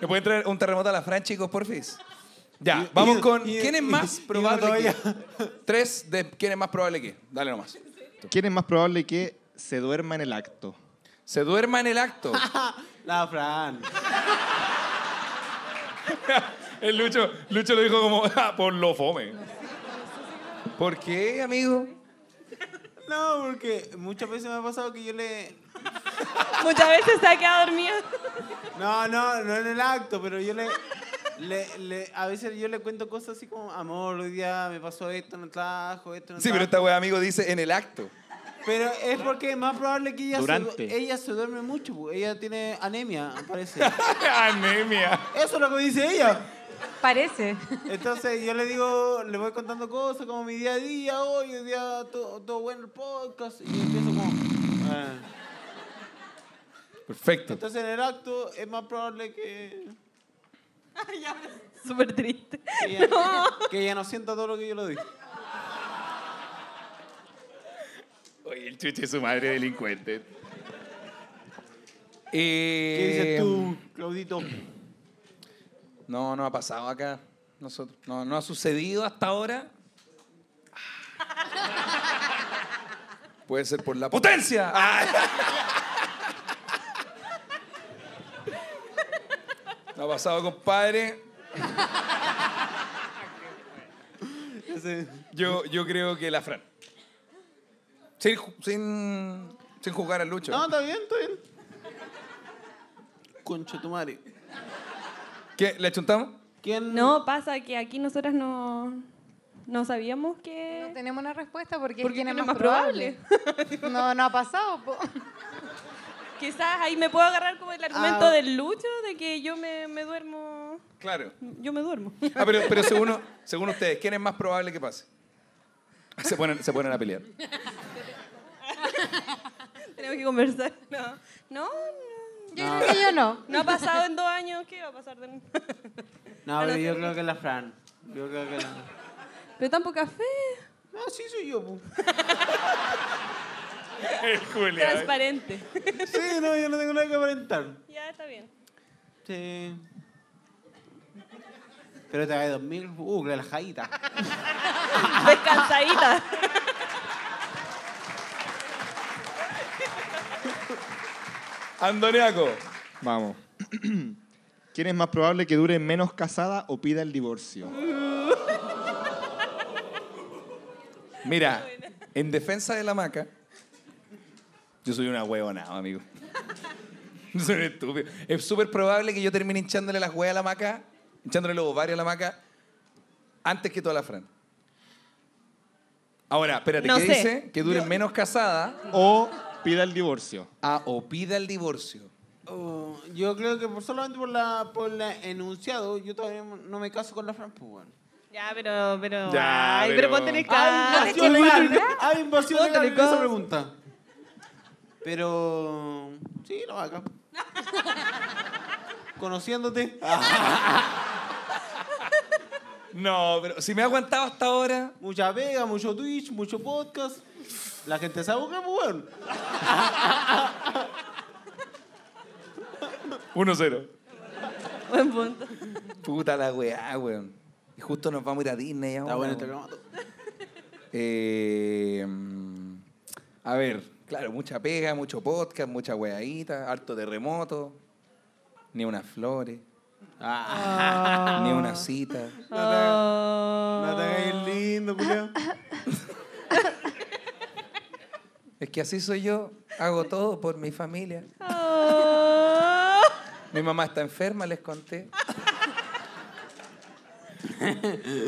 [SPEAKER 1] ¿Me pueden traer un terremoto a la Fran, chicos, porfis? Ya,
[SPEAKER 2] Y-
[SPEAKER 1] vamos
[SPEAKER 2] y-
[SPEAKER 1] con.
[SPEAKER 2] y-
[SPEAKER 1] ¿Quién es
[SPEAKER 2] y-
[SPEAKER 1] más
[SPEAKER 2] y una
[SPEAKER 1] probable
[SPEAKER 2] toalla.
[SPEAKER 1] que.? Tres de quién es más probable que. Dale nomás.
[SPEAKER 5] ¿Quién es más probable que se duerma en el acto?
[SPEAKER 1] Se duerma en el acto.
[SPEAKER 2] La Fran.
[SPEAKER 1] El Lucho, Lucho lo dijo como, "Ah, por lo fome. ¿Por qué, amigo?
[SPEAKER 2] No, porque muchas veces me ha pasado que yo le.
[SPEAKER 3] Muchas veces se ha quedado dormido.
[SPEAKER 2] No, no, no en el acto, pero yo le. le- le- a veces yo le cuento cosas así como, amor, hoy día me pasó esto en el trabajo, esto en el
[SPEAKER 1] Sí, pero
[SPEAKER 2] trabajo".
[SPEAKER 1] esta wea, amigo, dice en el acto.
[SPEAKER 2] Pero es porque es más probable que ella, se, du-
[SPEAKER 5] Durante.
[SPEAKER 2] ella se duerme mucho, pues. ella tiene anemia, parece.
[SPEAKER 1] Anemia.
[SPEAKER 2] Eso es lo que me dice ella.
[SPEAKER 4] Parece.
[SPEAKER 2] Entonces yo le digo, le voy contando cosas como mi día a día, hoy, hoy día todo, todo bueno el podcast, y empiezo como... eh.
[SPEAKER 1] Perfecto.
[SPEAKER 2] Entonces en el acto es más probable que,
[SPEAKER 3] Súper triste.
[SPEAKER 2] que, ella, que ella no sienta todo lo que yo le dije.
[SPEAKER 1] Oye, el chuche es su madre delincuente. Eh,
[SPEAKER 2] ¿Qué dices tú, Claudito?
[SPEAKER 1] No, no ha pasado acá. Nosotros. No, no ha sucedido hasta ahora. Puede ser por la potencia. Ah. No ha pasado, compadre.
[SPEAKER 2] Ese-
[SPEAKER 1] Yo, yo creo que la Fran. Sin, ju- sin, sin jugar al Lucho.
[SPEAKER 2] No, está bien, está bien. Concha tu madre.
[SPEAKER 1] ¿Qué? ¿Le achuntamos?
[SPEAKER 2] ¿Quién?
[SPEAKER 3] No, pasa que aquí nosotras no, no sabíamos que...
[SPEAKER 4] No tenemos una respuesta porque
[SPEAKER 3] Porque
[SPEAKER 4] ¿quién es
[SPEAKER 3] quién
[SPEAKER 4] más,
[SPEAKER 3] es más
[SPEAKER 4] probable?
[SPEAKER 3] probable.
[SPEAKER 4] no, no ha pasado. po.
[SPEAKER 3] Quizás ahí me puedo agarrar como el argumento
[SPEAKER 2] Ah.
[SPEAKER 3] del Lucho de que yo me, me duermo.
[SPEAKER 1] Claro.
[SPEAKER 3] Yo me duermo.
[SPEAKER 1] Ah, pero, pero según, según ustedes, ¿quién es más probable que pase? Se ponen, se ponen a pelear.
[SPEAKER 3] Tenemos que conversar. No, no, no.
[SPEAKER 4] Yo creo que yo no.
[SPEAKER 3] No ha pasado en dos años. ¿Qué va a pasar? De...
[SPEAKER 2] No, pero yo creo que es la Fran. Yo creo que la...
[SPEAKER 3] pero tampoco café.
[SPEAKER 2] Ah, sí soy yo, pu.
[SPEAKER 1] ¿eh?
[SPEAKER 3] Transparente.
[SPEAKER 2] Sí, no, yo no tengo nada que aparentar.
[SPEAKER 3] ya está bien.
[SPEAKER 2] Sí. Pero te cae 2000, uh, relajadita.
[SPEAKER 3] Descansadita.
[SPEAKER 1] Andoniaco.
[SPEAKER 5] Vamos. ¿Quién es más probable que dure menos casada o pida el divorcio?
[SPEAKER 1] Mira, en defensa de la maca, yo soy una huevonada, amigo. No soy un estúpido. Es súper probable que yo termine hinchándole las huevas a la maca, hinchándole los ovarios a la maca, antes que toda la Fran. Ahora, espérate,
[SPEAKER 3] No
[SPEAKER 1] ¿qué
[SPEAKER 3] sé.
[SPEAKER 1] dice? Que dure menos casada
[SPEAKER 5] O pida el divorcio.
[SPEAKER 1] a o pida el divorcio.
[SPEAKER 2] Oh, yo creo que por, solamente por la, por la enunciado, yo todavía no me caso con la Fran, pues, weón.
[SPEAKER 3] Ya, pero, pero.
[SPEAKER 1] Ya,
[SPEAKER 3] ay,
[SPEAKER 1] pero-
[SPEAKER 3] pero, ponte en calma.
[SPEAKER 2] Hay invasión legal, hay
[SPEAKER 3] No
[SPEAKER 2] ah, invasión
[SPEAKER 3] te
[SPEAKER 2] legal en esa
[SPEAKER 3] caso.
[SPEAKER 2] pregunta. Pero, sí, la vaca. Conociéndote. ah,
[SPEAKER 1] No, pero si me ha aguantado hasta ahora.
[SPEAKER 2] Mucha pega, mucho Twitch, mucho podcast. La gente sabe que, pues, weón.
[SPEAKER 1] 1-0.
[SPEAKER 3] Buen punto.
[SPEAKER 1] Puta la weá, weón. Y justo nos vamos a ir a Disney ahora.
[SPEAKER 2] Está bueno este
[SPEAKER 1] weón.
[SPEAKER 2] programa.
[SPEAKER 1] Eh, mm, a ver, claro, mucha pega, mucho podcast, mucha weadita, harto terremoto, ni unas flores,
[SPEAKER 2] Ah,
[SPEAKER 1] ni una cita.
[SPEAKER 2] no te hagas-
[SPEAKER 3] Oh.
[SPEAKER 2] no te hagas el lindo, culiao.
[SPEAKER 1] Es que así soy yo, hago todo por mi familia.
[SPEAKER 3] Oh.
[SPEAKER 1] Mi mamá está enferma, les conté.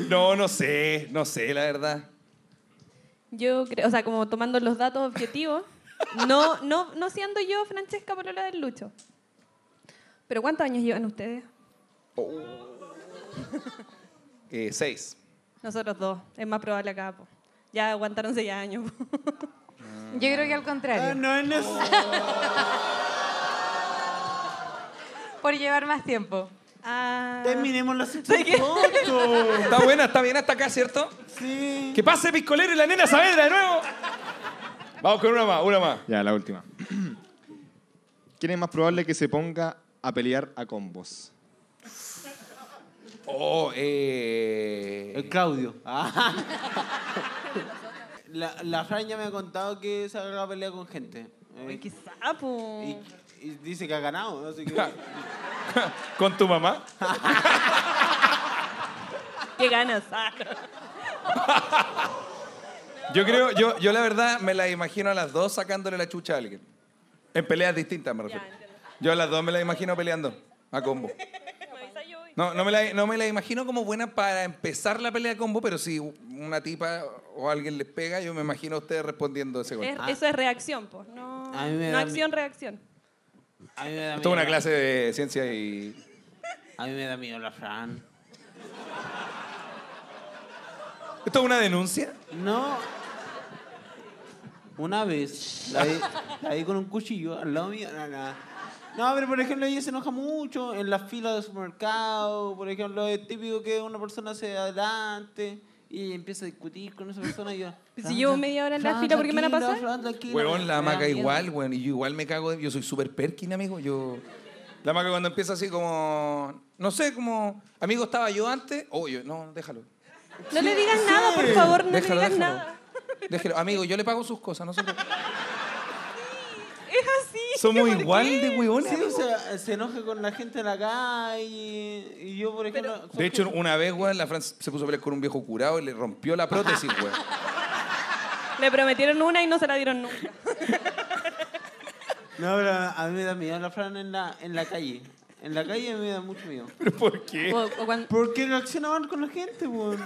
[SPEAKER 1] No, no sé, no sé, la verdad.
[SPEAKER 3] Yo creo, o sea, como tomando los datos objetivos, no, no, no siendo yo Francesca Polola del Lucho. Pero ¿cuántos años llevan ustedes?
[SPEAKER 1] Eh, seis.
[SPEAKER 3] Nosotros dos. Es más probable acá. po. Ya aguantaron seis años. po.
[SPEAKER 4] Yo creo que al
[SPEAKER 2] Ah,
[SPEAKER 4] contrario,
[SPEAKER 2] no es necesario.
[SPEAKER 4] por llevar más tiempo.
[SPEAKER 3] Ah,
[SPEAKER 2] Terminemos los
[SPEAKER 3] ¿De qué?
[SPEAKER 2] puntos.
[SPEAKER 1] Está buena, está bien hasta acá, ¿cierto?
[SPEAKER 2] Sí.
[SPEAKER 1] Que pase Piscolero y la nena Saavedra de nuevo. Vamos con una más, una más.
[SPEAKER 5] Ya, la última. ¿Quién es más probable que se ponga a pelear a combos?
[SPEAKER 1] Oh, eh.
[SPEAKER 2] El Claudio. Ah. La, la Fran ya me ha contado que se ha agarrado a pelea con gente. Eh,
[SPEAKER 3] uy, qué sapo.
[SPEAKER 2] y, y dice que ha ganado. Así que,
[SPEAKER 1] ¿Con tu mamá?
[SPEAKER 3] Qué ganas. Ah.
[SPEAKER 1] Yo creo, yo, yo la verdad me la imagino a las dos sacándole la chucha a alguien. En peleas distintas, me refiero.
[SPEAKER 3] entiendo.
[SPEAKER 1] Yo a las dos me la imagino peleando a combo. No, no me la, no me la imagino como buena para empezar la pelea a combo, pero si una tipa o alguien les pega, yo me imagino a ustedes respondiendo ese gol.
[SPEAKER 3] Es- Eso es reacción, po. No,
[SPEAKER 2] Ah. A mí me
[SPEAKER 3] no
[SPEAKER 2] da
[SPEAKER 3] acción, reacción.
[SPEAKER 2] a mí me da
[SPEAKER 1] Esto
[SPEAKER 2] miedo.
[SPEAKER 1] es una clase de ciencia y.
[SPEAKER 2] A mí me da miedo la Fran.
[SPEAKER 1] ¿Esto es una denuncia?
[SPEAKER 2] No. Una vez la vi, la vi con un cuchillo al lado mío. No, no. No, pero por ejemplo, ella se enoja mucho en las filas de supermercado. Por ejemplo, es típico que una persona se adelante y empieza a discutir con esa persona. Y yo,
[SPEAKER 3] Pues Si
[SPEAKER 2] "Fran,
[SPEAKER 3] llevo
[SPEAKER 2] Fran,
[SPEAKER 3] media hora en la
[SPEAKER 2] Fran,
[SPEAKER 3] fila, ¿por qué me van a
[SPEAKER 2] tranquila,
[SPEAKER 3] pasar?"
[SPEAKER 2] Fran, tranquila.
[SPEAKER 1] Huevón, la
[SPEAKER 2] Me da
[SPEAKER 1] hamaca
[SPEAKER 2] miedo.
[SPEAKER 1] igual, weón. Y yo igual me cago. de- Yo soy súper perkin, amigo. Yo. La hamaca cuando empieza así como. No sé, como. Amigo, estaba yo antes. Oye, no, déjalo.
[SPEAKER 3] No le digas nada, por favor, no
[SPEAKER 1] déjalo,
[SPEAKER 3] le
[SPEAKER 1] déjalo.
[SPEAKER 3] digas nada.
[SPEAKER 1] Déjalo. Amigo, yo le pago sus cosas, no se preocupe.
[SPEAKER 3] Es así.
[SPEAKER 1] Somos
[SPEAKER 3] ¿por
[SPEAKER 1] igual
[SPEAKER 3] qué?
[SPEAKER 1] de huevones.
[SPEAKER 2] Sí, o sea, se enoja con la gente en la calle. Y yo, por ejemplo. soy
[SPEAKER 1] De hecho, una vez, weón, la Fran se puso a pelear con un viejo curado y le rompió la prótesis, weón.
[SPEAKER 3] Le prometieron una y no se la dieron nunca.
[SPEAKER 2] No, pero a mí me da miedo la Fran en la, en la calle. En la calle me da mucho miedo.
[SPEAKER 1] ¿Pero por qué?
[SPEAKER 3] O, o cuando-
[SPEAKER 2] Porque reacciona mal con la gente, weón.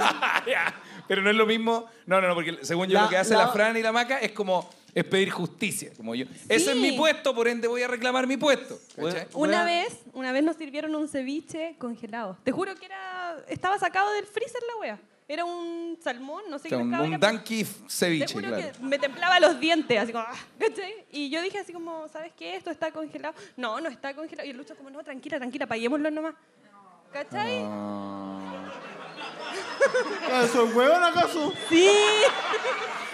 [SPEAKER 1] Pero no es lo mismo. No, no, no, porque según yo
[SPEAKER 2] La-
[SPEAKER 1] lo que hace la,
[SPEAKER 2] la-
[SPEAKER 1] Fran y la Maca es como es pedir justicia. Como yo. Ese es mi puesto, por ende voy a reclamar mi puesto. ¿cachai?
[SPEAKER 3] Una
[SPEAKER 2] Weón.
[SPEAKER 3] vez, una vez nos sirvieron un ceviche congelado. Te juro que era, estaba sacado del freezer la wea. Era un salmón, no
[SPEAKER 1] O
[SPEAKER 3] sé
[SPEAKER 1] sea,
[SPEAKER 3] qué
[SPEAKER 1] un,
[SPEAKER 3] pescado
[SPEAKER 1] un
[SPEAKER 3] era, pero
[SPEAKER 1] danky f-
[SPEAKER 3] Te
[SPEAKER 1] ceviche,
[SPEAKER 3] juro
[SPEAKER 1] claro.
[SPEAKER 3] que me templaba los dientes, así como, ah, ¿cachai? Y yo dije así como, ¿sabes qué? Esto está congelado. No, no está congelado. Y el Lucho como, no, tranquila, tranquila, paguémoslo nomás. ¿Cachai?
[SPEAKER 1] Ah.
[SPEAKER 2] ¿Eso es huevón acaso?
[SPEAKER 3] Sí.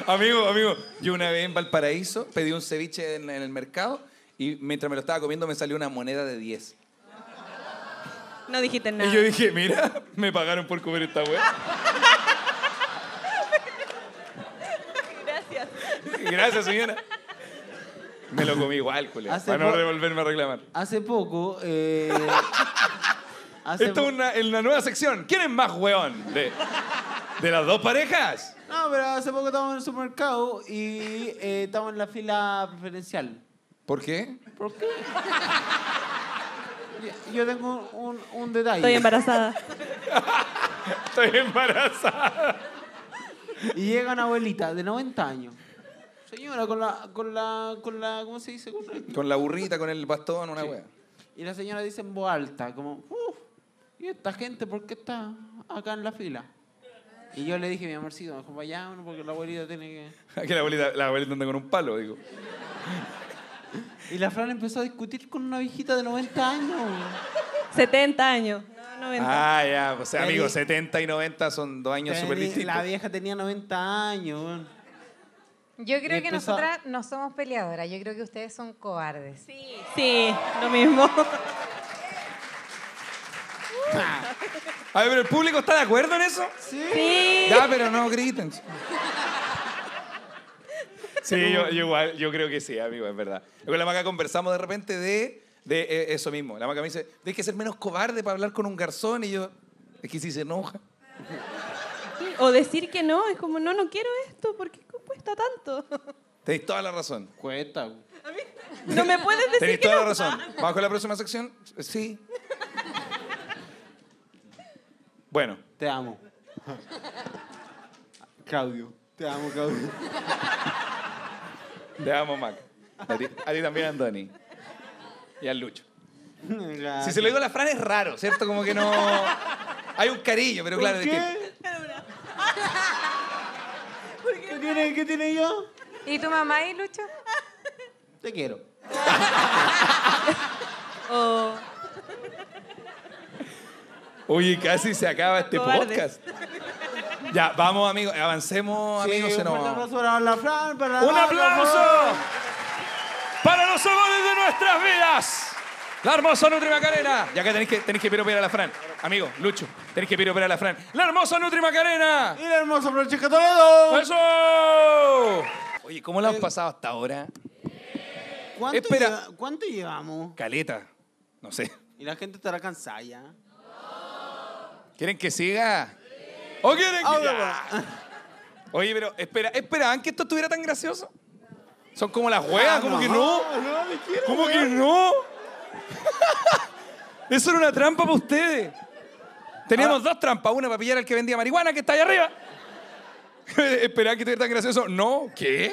[SPEAKER 1] Amigo, amigo, yo una vez en Valparaíso pedí un ceviche en, en el mercado y mientras me lo estaba comiendo me salió una moneda de 10.
[SPEAKER 3] No dijiste nada.
[SPEAKER 1] Y yo dije, mira, me pagaron por comer esta weá.
[SPEAKER 3] Gracias.
[SPEAKER 1] Gracias, señora. Me lo comí igual, colega,
[SPEAKER 2] Hace
[SPEAKER 1] para no
[SPEAKER 2] po-
[SPEAKER 1] revolverme a reclamar.
[SPEAKER 2] Hace poco, eh. hace
[SPEAKER 1] Esto
[SPEAKER 2] po-
[SPEAKER 1] es una, en la nueva sección. ¿Quién es más weón? ¿De, de las dos parejas?
[SPEAKER 2] No, pero hace poco estábamos en el supermercado y eh, estábamos en la fila preferencial.
[SPEAKER 1] ¿Por qué?
[SPEAKER 2] ¿Por qué? Yo- Yo tengo un, un detalle.
[SPEAKER 3] Estoy embarazada.
[SPEAKER 1] Estoy embarazada.
[SPEAKER 2] Y llega una abuelita de 90 años. Señora, con la, con la, con la, ¿cómo se dice? Con la-
[SPEAKER 1] Con la burrita, con el bastón, una weá.
[SPEAKER 2] Y la señora dice en voz alta, como, uff, ¿y esta gente por qué está acá en la fila? Y yo le dije, mi amorcito, mejor vayámonos porque la abuelita tiene
[SPEAKER 1] Aquí la abuelita, la abuelita anda con un palo, digo.
[SPEAKER 2] que... Y la Fran empezó a discutir con una viejita de 90 años.
[SPEAKER 3] 70 años. No, 90.
[SPEAKER 1] Ah, ya, o sea,
[SPEAKER 2] Tení-
[SPEAKER 1] amigos, 70 y 90 son dos años súper
[SPEAKER 2] Teni-
[SPEAKER 1] distintos.
[SPEAKER 2] La vieja tenía 90 años. weón.
[SPEAKER 4] Yo creo que
[SPEAKER 2] empezó a-
[SPEAKER 4] nosotras no somos peleadoras, yo creo que ustedes son cobardes.
[SPEAKER 3] Sí. Sí, lo mismo.
[SPEAKER 1] A ver, pero el público está de acuerdo en eso.
[SPEAKER 3] Sí.
[SPEAKER 1] Ya, pero no griten. Sí, yo, yo igual, yo creo que sí, amigo, es verdad. Con la maca conversamos de repente de, de eh, eso mismo. La maca me dice, tienes que ser menos cobarde para hablar con un garzón. Y yo, es que si se enoja.
[SPEAKER 3] O decir que no, es como, no, no quiero esto, ¿por qué cuesta tanto?
[SPEAKER 1] Tenéis toda la razón.
[SPEAKER 2] Cuesta. weón.
[SPEAKER 3] No me puedes decir
[SPEAKER 1] Tenéis
[SPEAKER 3] que
[SPEAKER 1] toda
[SPEAKER 3] no.
[SPEAKER 1] la razón. ¿Vamos con la próxima sección? Sí. Bueno,
[SPEAKER 2] Te amo. Claudio. Te amo, Claudio.
[SPEAKER 1] te amo, Mac. A ti, a ti también, Andoni. Y al Lucho. Si se lo digo a la Fran es raro, ¿cierto? Como que no. Hay un cariño, pero claro. es que-
[SPEAKER 2] ¿Qué? ¿Qué tiene, ¿Qué tiene yo?
[SPEAKER 4] ¿Y tu mamá ahí, Lucho?
[SPEAKER 2] Te quiero.
[SPEAKER 3] O
[SPEAKER 1] Oye, casi se acaba este
[SPEAKER 3] Cobardes.
[SPEAKER 1] podcast. Ya, vamos, amigos. Avancemos, amigos.
[SPEAKER 2] Sí,
[SPEAKER 1] se
[SPEAKER 2] un
[SPEAKER 1] nos...
[SPEAKER 2] fuerte aplauso para la Fran, para
[SPEAKER 1] ¡Un
[SPEAKER 2] la-
[SPEAKER 1] aplauso para los amores de nuestras vidas! La hermosa Nutri Macarena. Ya que tenéis que, tenéis que piropear a la Fran. Amigo, Lucho, tenéis que piropear a la Fran. ¡La hermosa Nutri Macarena!
[SPEAKER 2] Y la hermosa Francesca Toledo.
[SPEAKER 1] Pues, ¡Eso! Oye, ¿cómo la han pasado hasta ahora?
[SPEAKER 2] ¿Cuánto,
[SPEAKER 1] Espera.
[SPEAKER 2] lleva- ¿Cuánto llevamos?
[SPEAKER 1] Caleta. No sé.
[SPEAKER 2] Y la gente estará cansada ya.
[SPEAKER 1] ¿Quieren que siga? ¿O quieren
[SPEAKER 2] Ah,
[SPEAKER 1] que.?
[SPEAKER 2] Ahora,
[SPEAKER 1] Ya. Oye, pero espera, esperaban que esto estuviera tan gracioso. Son como las weas,
[SPEAKER 2] Ah,
[SPEAKER 1] como que no.
[SPEAKER 2] no te quiero,
[SPEAKER 1] ¿Cómo que
[SPEAKER 2] weón.
[SPEAKER 1] no? Eso era una trampa para ustedes. Teníamos dos trampas, una para pillar al que vendía marihuana que está allá arriba. Esperaban que estuviera tan gracioso. No, ¿qué?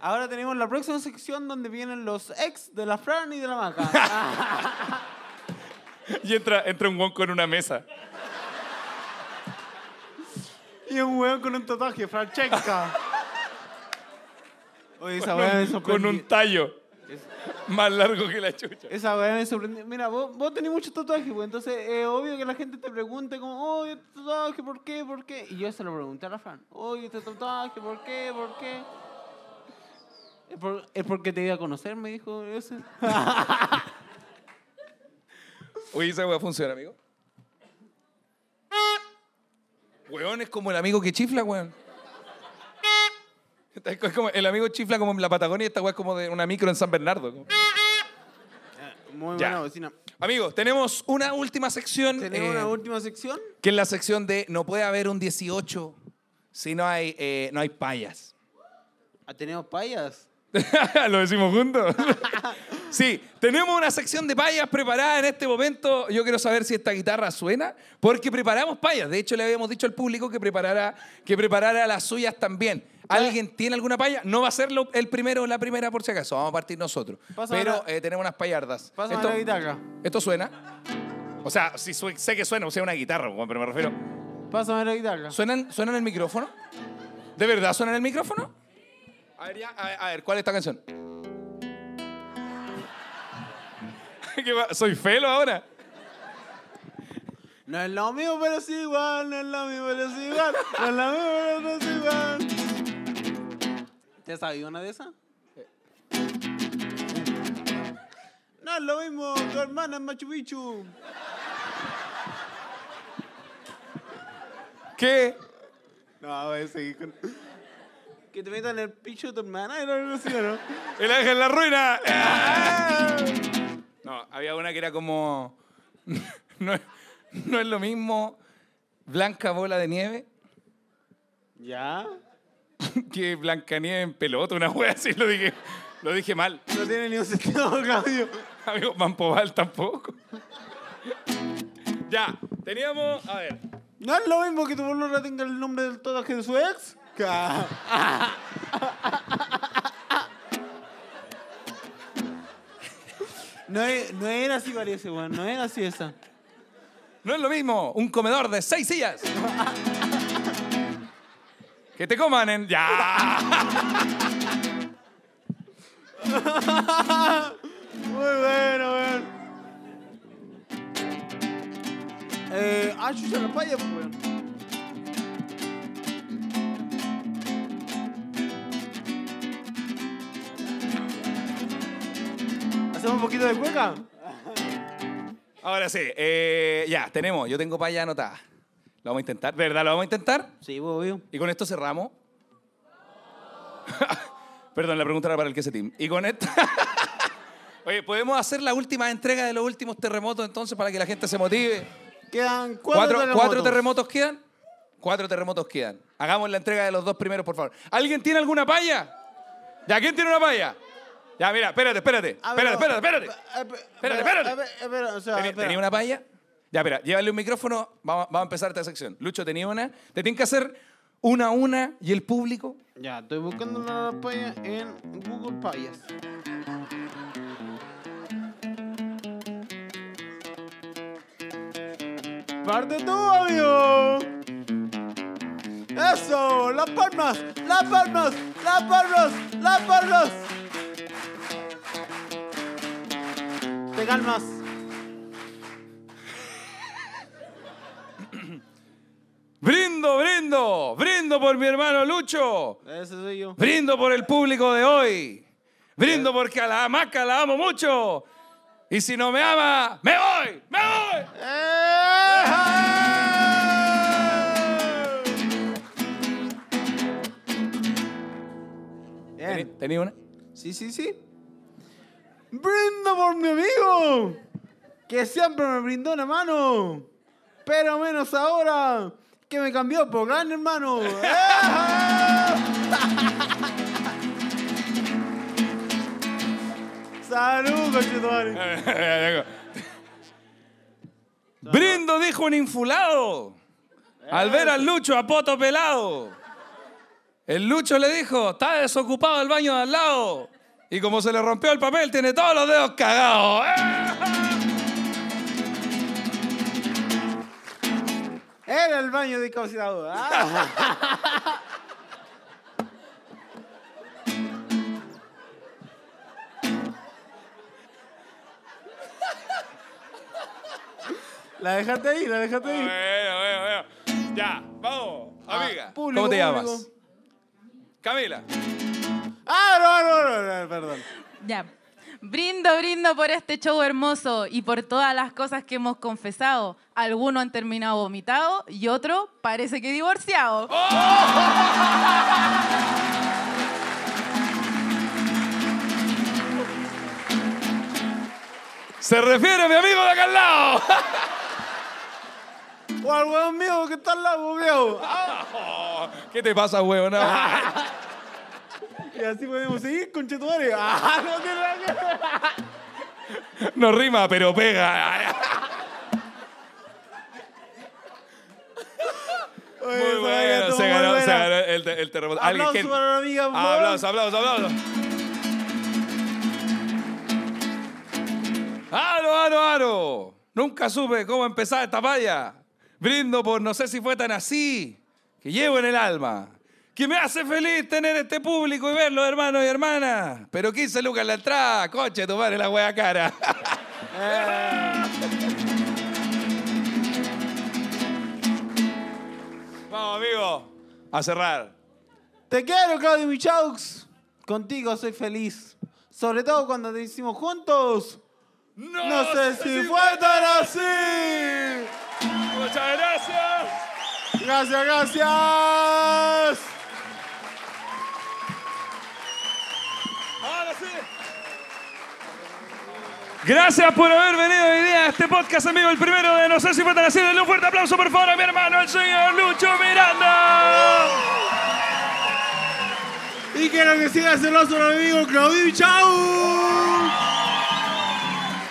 [SPEAKER 2] Ahora tenemos la próxima sección donde vienen los ex de la Fran y de la Maca. Ah,
[SPEAKER 1] Y entra, entra un guonco en una mesa.
[SPEAKER 2] y un weón con un tatuaje, Francesca. Oye, esa
[SPEAKER 1] Con
[SPEAKER 2] weá me
[SPEAKER 1] un, con
[SPEAKER 2] sorprendió.
[SPEAKER 1] un tallo. Más largo que la chucha.
[SPEAKER 2] Esa weá me sorprendió. Mira, vos, vos tenés muchos tatuajes, pues, entonces es obvio que la gente te pregunte como, oye, este tatuaje, ¿por qué? ¿Por qué? Y yo se lo pregunté a la Fran. Oye, este tatuaje, ¿por qué? ¿Por qué? Es, por- es porque te iba a conocer, me dijo ese.
[SPEAKER 1] Oye, esa wea funciona, amigo. Weón es como el amigo que chifla, weón. Es como- el amigo chifla como en la Patagonia y esta wea es como de una micro en San Bernardo. como-
[SPEAKER 2] Muy
[SPEAKER 1] Ya.
[SPEAKER 2] buena vecina.
[SPEAKER 1] Amigos, tenemos una última sección.
[SPEAKER 2] ¿Tenemos
[SPEAKER 1] eh,
[SPEAKER 2] una última sección?
[SPEAKER 1] Que es la sección de no puede haber un 18 si no hay, eh, no hay payas.
[SPEAKER 2] Ah, ¿Tenemos payas?
[SPEAKER 1] Lo decimos juntos. sí, tenemos una sección de payas preparada en este momento. Yo quiero saber si esta guitarra suena, porque preparamos payas. De hecho, le habíamos dicho al público que preparara, que preparara las suyas también. ¿Alguien tiene alguna paya? No va a ser lo- el primero o la primera, por si acaso. Vamos a partir nosotros.
[SPEAKER 2] Pásame
[SPEAKER 1] Pero
[SPEAKER 2] la-
[SPEAKER 1] eh, tenemos unas payardas.
[SPEAKER 2] Pásame
[SPEAKER 1] Esto-
[SPEAKER 2] la guitarra.
[SPEAKER 1] ¿Esto suena? O sea, sí, su- sé que suena, o sea, una guitarra, weón, pero me refiero.
[SPEAKER 2] Pásame la guitarra.
[SPEAKER 1] ¿Suenan, ¿Suenan el micrófono? ¿De verdad suenan el micrófono? A ver, ya, a ver, a ver, ¿cuál es esta canción? ¿Qué va? ¿Soy felo ahora?
[SPEAKER 2] No es lo mismo, pero es igual. No es lo mismo, pero es igual. No es lo mismo, pero es igual. ¿Te has sabido una de esas? No es lo mismo, tu hermana es Machu Picchu.
[SPEAKER 1] ¿Qué?
[SPEAKER 2] No, voy a seguir con. Que te metan el picho de tu hermana, era algo así, ¿o ¿no?
[SPEAKER 1] ¡El ángel en la ruina! ¡Ah! No, había una que era como... No, es- no es lo mismo Blanca Bola de Nieve
[SPEAKER 2] ¿Ya?
[SPEAKER 1] que Blanca Nieve en pelota, una wea así, lo dije, lo dije mal.
[SPEAKER 2] No tiene ni un sentido, Claudio.
[SPEAKER 1] Amigo, Mampobal tampoco. ya, teníamos... A ver...
[SPEAKER 2] No es lo mismo que tu bolora tenga el nombre del tatuaje de su ex. Ca- No, e- no era así parece, weón. No era así esa.
[SPEAKER 1] No es lo mismo un comedor de seis sillas. que te coman en. ¡Ya!
[SPEAKER 2] Muy bueno, weón. Eh, ah, chucha, la paya, pues, weón. ¿Hacemos un poquito de cueca?
[SPEAKER 1] Ahora sí, eh, ya, tenemos. Yo tengo para allá anotada. Lo vamos a intentar. ¿De verdad lo vamos a intentar?
[SPEAKER 2] Sí, obvio.
[SPEAKER 1] Y con esto cerramos. Perdón, la pregunta era para el quesetín. Y con esta. Oye, ¿podemos hacer la última entrega de los últimos terremotos entonces para que la gente se motive?
[SPEAKER 2] Quedan
[SPEAKER 1] Cuatro,
[SPEAKER 2] cuatro,
[SPEAKER 1] cuatro terremotos quedan. Cuatro terremotos quedan. Hagamos la entrega de los dos primeros, por favor. ¿Alguien tiene alguna palla? ¿Ya quién tiene una palla? Ya, mira, espérate, espérate.
[SPEAKER 2] A ver,
[SPEAKER 1] Espérate, espérate, espérate.
[SPEAKER 2] a- a-
[SPEAKER 1] Espérate,
[SPEAKER 2] a ver,
[SPEAKER 1] espérate.
[SPEAKER 2] a ver, o sea,
[SPEAKER 1] ¿Tení-
[SPEAKER 2] Ah, espera.
[SPEAKER 1] ¿Tenía una palla? Ya, espera, llévale un micrófono. Vamos, vamos a empezar esta sección. Lucho, ¿tenía una? Te tienen que hacer una a una y el público.
[SPEAKER 2] Ya, estoy buscando una paya en Google Payas. parte tu avión. Eso, las palmas, las palmas, las palmas, las palmas. Te calmas.
[SPEAKER 1] Brindo, brindo, brindo por mi hermano Lucho.
[SPEAKER 2] Ese soy yo.
[SPEAKER 1] Brindo por el público de hoy. Brindo porque a la hamaca la amo mucho. Y si no me ama, me voy, me voy.
[SPEAKER 2] Bien.
[SPEAKER 1] ¿Tenía una?
[SPEAKER 2] Sí, sí, sí. Brindo por mi amigo, que siempre me brindó una mano, pero menos ahora, que me cambió por gran hermano. Saludos, Chetumare.
[SPEAKER 1] Brindo, dijo un infulado. Al ver al Lucho a poto pelado. El Lucho le dijo, está desocupado el baño de al lado. Y como se le rompió el papel, tiene todos los dedos cagados.
[SPEAKER 2] Era el baño discapacitado. Ah. La dejaste ahí, la dejaste ahí.
[SPEAKER 1] Ya, vamos,
[SPEAKER 2] Ah,
[SPEAKER 1] amiga.
[SPEAKER 2] público,
[SPEAKER 1] ¿Cómo te
[SPEAKER 2] público.
[SPEAKER 1] llamas? Camila.
[SPEAKER 2] Ah, no, no, no, no, perdón.
[SPEAKER 6] Ya. Brindo, brindo por este show hermoso y por todas las cosas que hemos confesado. Algunos han terminado vomitado y otro parece que divorciado.
[SPEAKER 1] Se refiere a mi amigo de acá al lado.
[SPEAKER 2] O al hueón mío que está al lado, viejo.
[SPEAKER 1] Oh, ¿Qué te pasa, huevón?
[SPEAKER 2] Y así podemos seguir con Chetumare. Ah, no tiene nada que ver.
[SPEAKER 1] No rima, pero pega.
[SPEAKER 2] Oye,
[SPEAKER 1] Muy
[SPEAKER 2] esa vaina
[SPEAKER 1] bueno,
[SPEAKER 2] estuvo
[SPEAKER 1] se
[SPEAKER 2] muy
[SPEAKER 1] ganó, se
[SPEAKER 2] buena.
[SPEAKER 1] ganó el, te- el terremoto.
[SPEAKER 2] Aplauso
[SPEAKER 1] Alguien que-
[SPEAKER 2] para la amiga, por favor.
[SPEAKER 1] Aplausos, aplausos, aplausos. ¡Aro, aro, aro! Nunca supe cómo empezar esta paya. Brindo por no sé si fue tan así, que llevo en el alma. Que me hace feliz tener este público y verlo, hermanos y hermanas. Pero 15 lucas en la entrada, coche, tu madre la wea cara. Vamos, amigo, a cerrar.
[SPEAKER 2] Te quiero, Claudio Michaux. Contigo soy feliz. Sobre todo cuando te hicimos juntos.
[SPEAKER 1] No,
[SPEAKER 2] No sé si fue tan así.
[SPEAKER 1] Muchas gracias.
[SPEAKER 2] Gracias, gracias.
[SPEAKER 1] Ahora sí. Gracias por haber venido hoy día a este podcast, amigo. El primero de No sé si fue tan así. Denle un fuerte aplauso, por favor, a mi hermano, el señor Lucho Miranda.
[SPEAKER 2] Y quiero que siga celoso el amigo Claudio Michaux.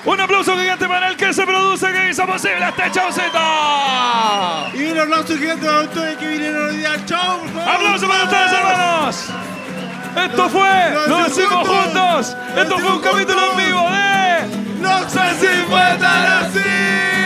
[SPEAKER 1] Un aplauso gigante para el que se produce, que hizo posible este chaucita.
[SPEAKER 2] Y un aplauso gigante para ustedes que vinieron hoy día al show, por favor.
[SPEAKER 1] Aplauso para ustedes, hermanos. Esto fue
[SPEAKER 2] Lo
[SPEAKER 1] Lo
[SPEAKER 2] hicimos
[SPEAKER 1] decimos juntos.
[SPEAKER 2] juntos. Lo
[SPEAKER 1] Esto fue un
[SPEAKER 2] hicimos
[SPEAKER 1] capítulo en
[SPEAKER 2] juntos.
[SPEAKER 1] vivo de
[SPEAKER 2] No sé si fue tan así.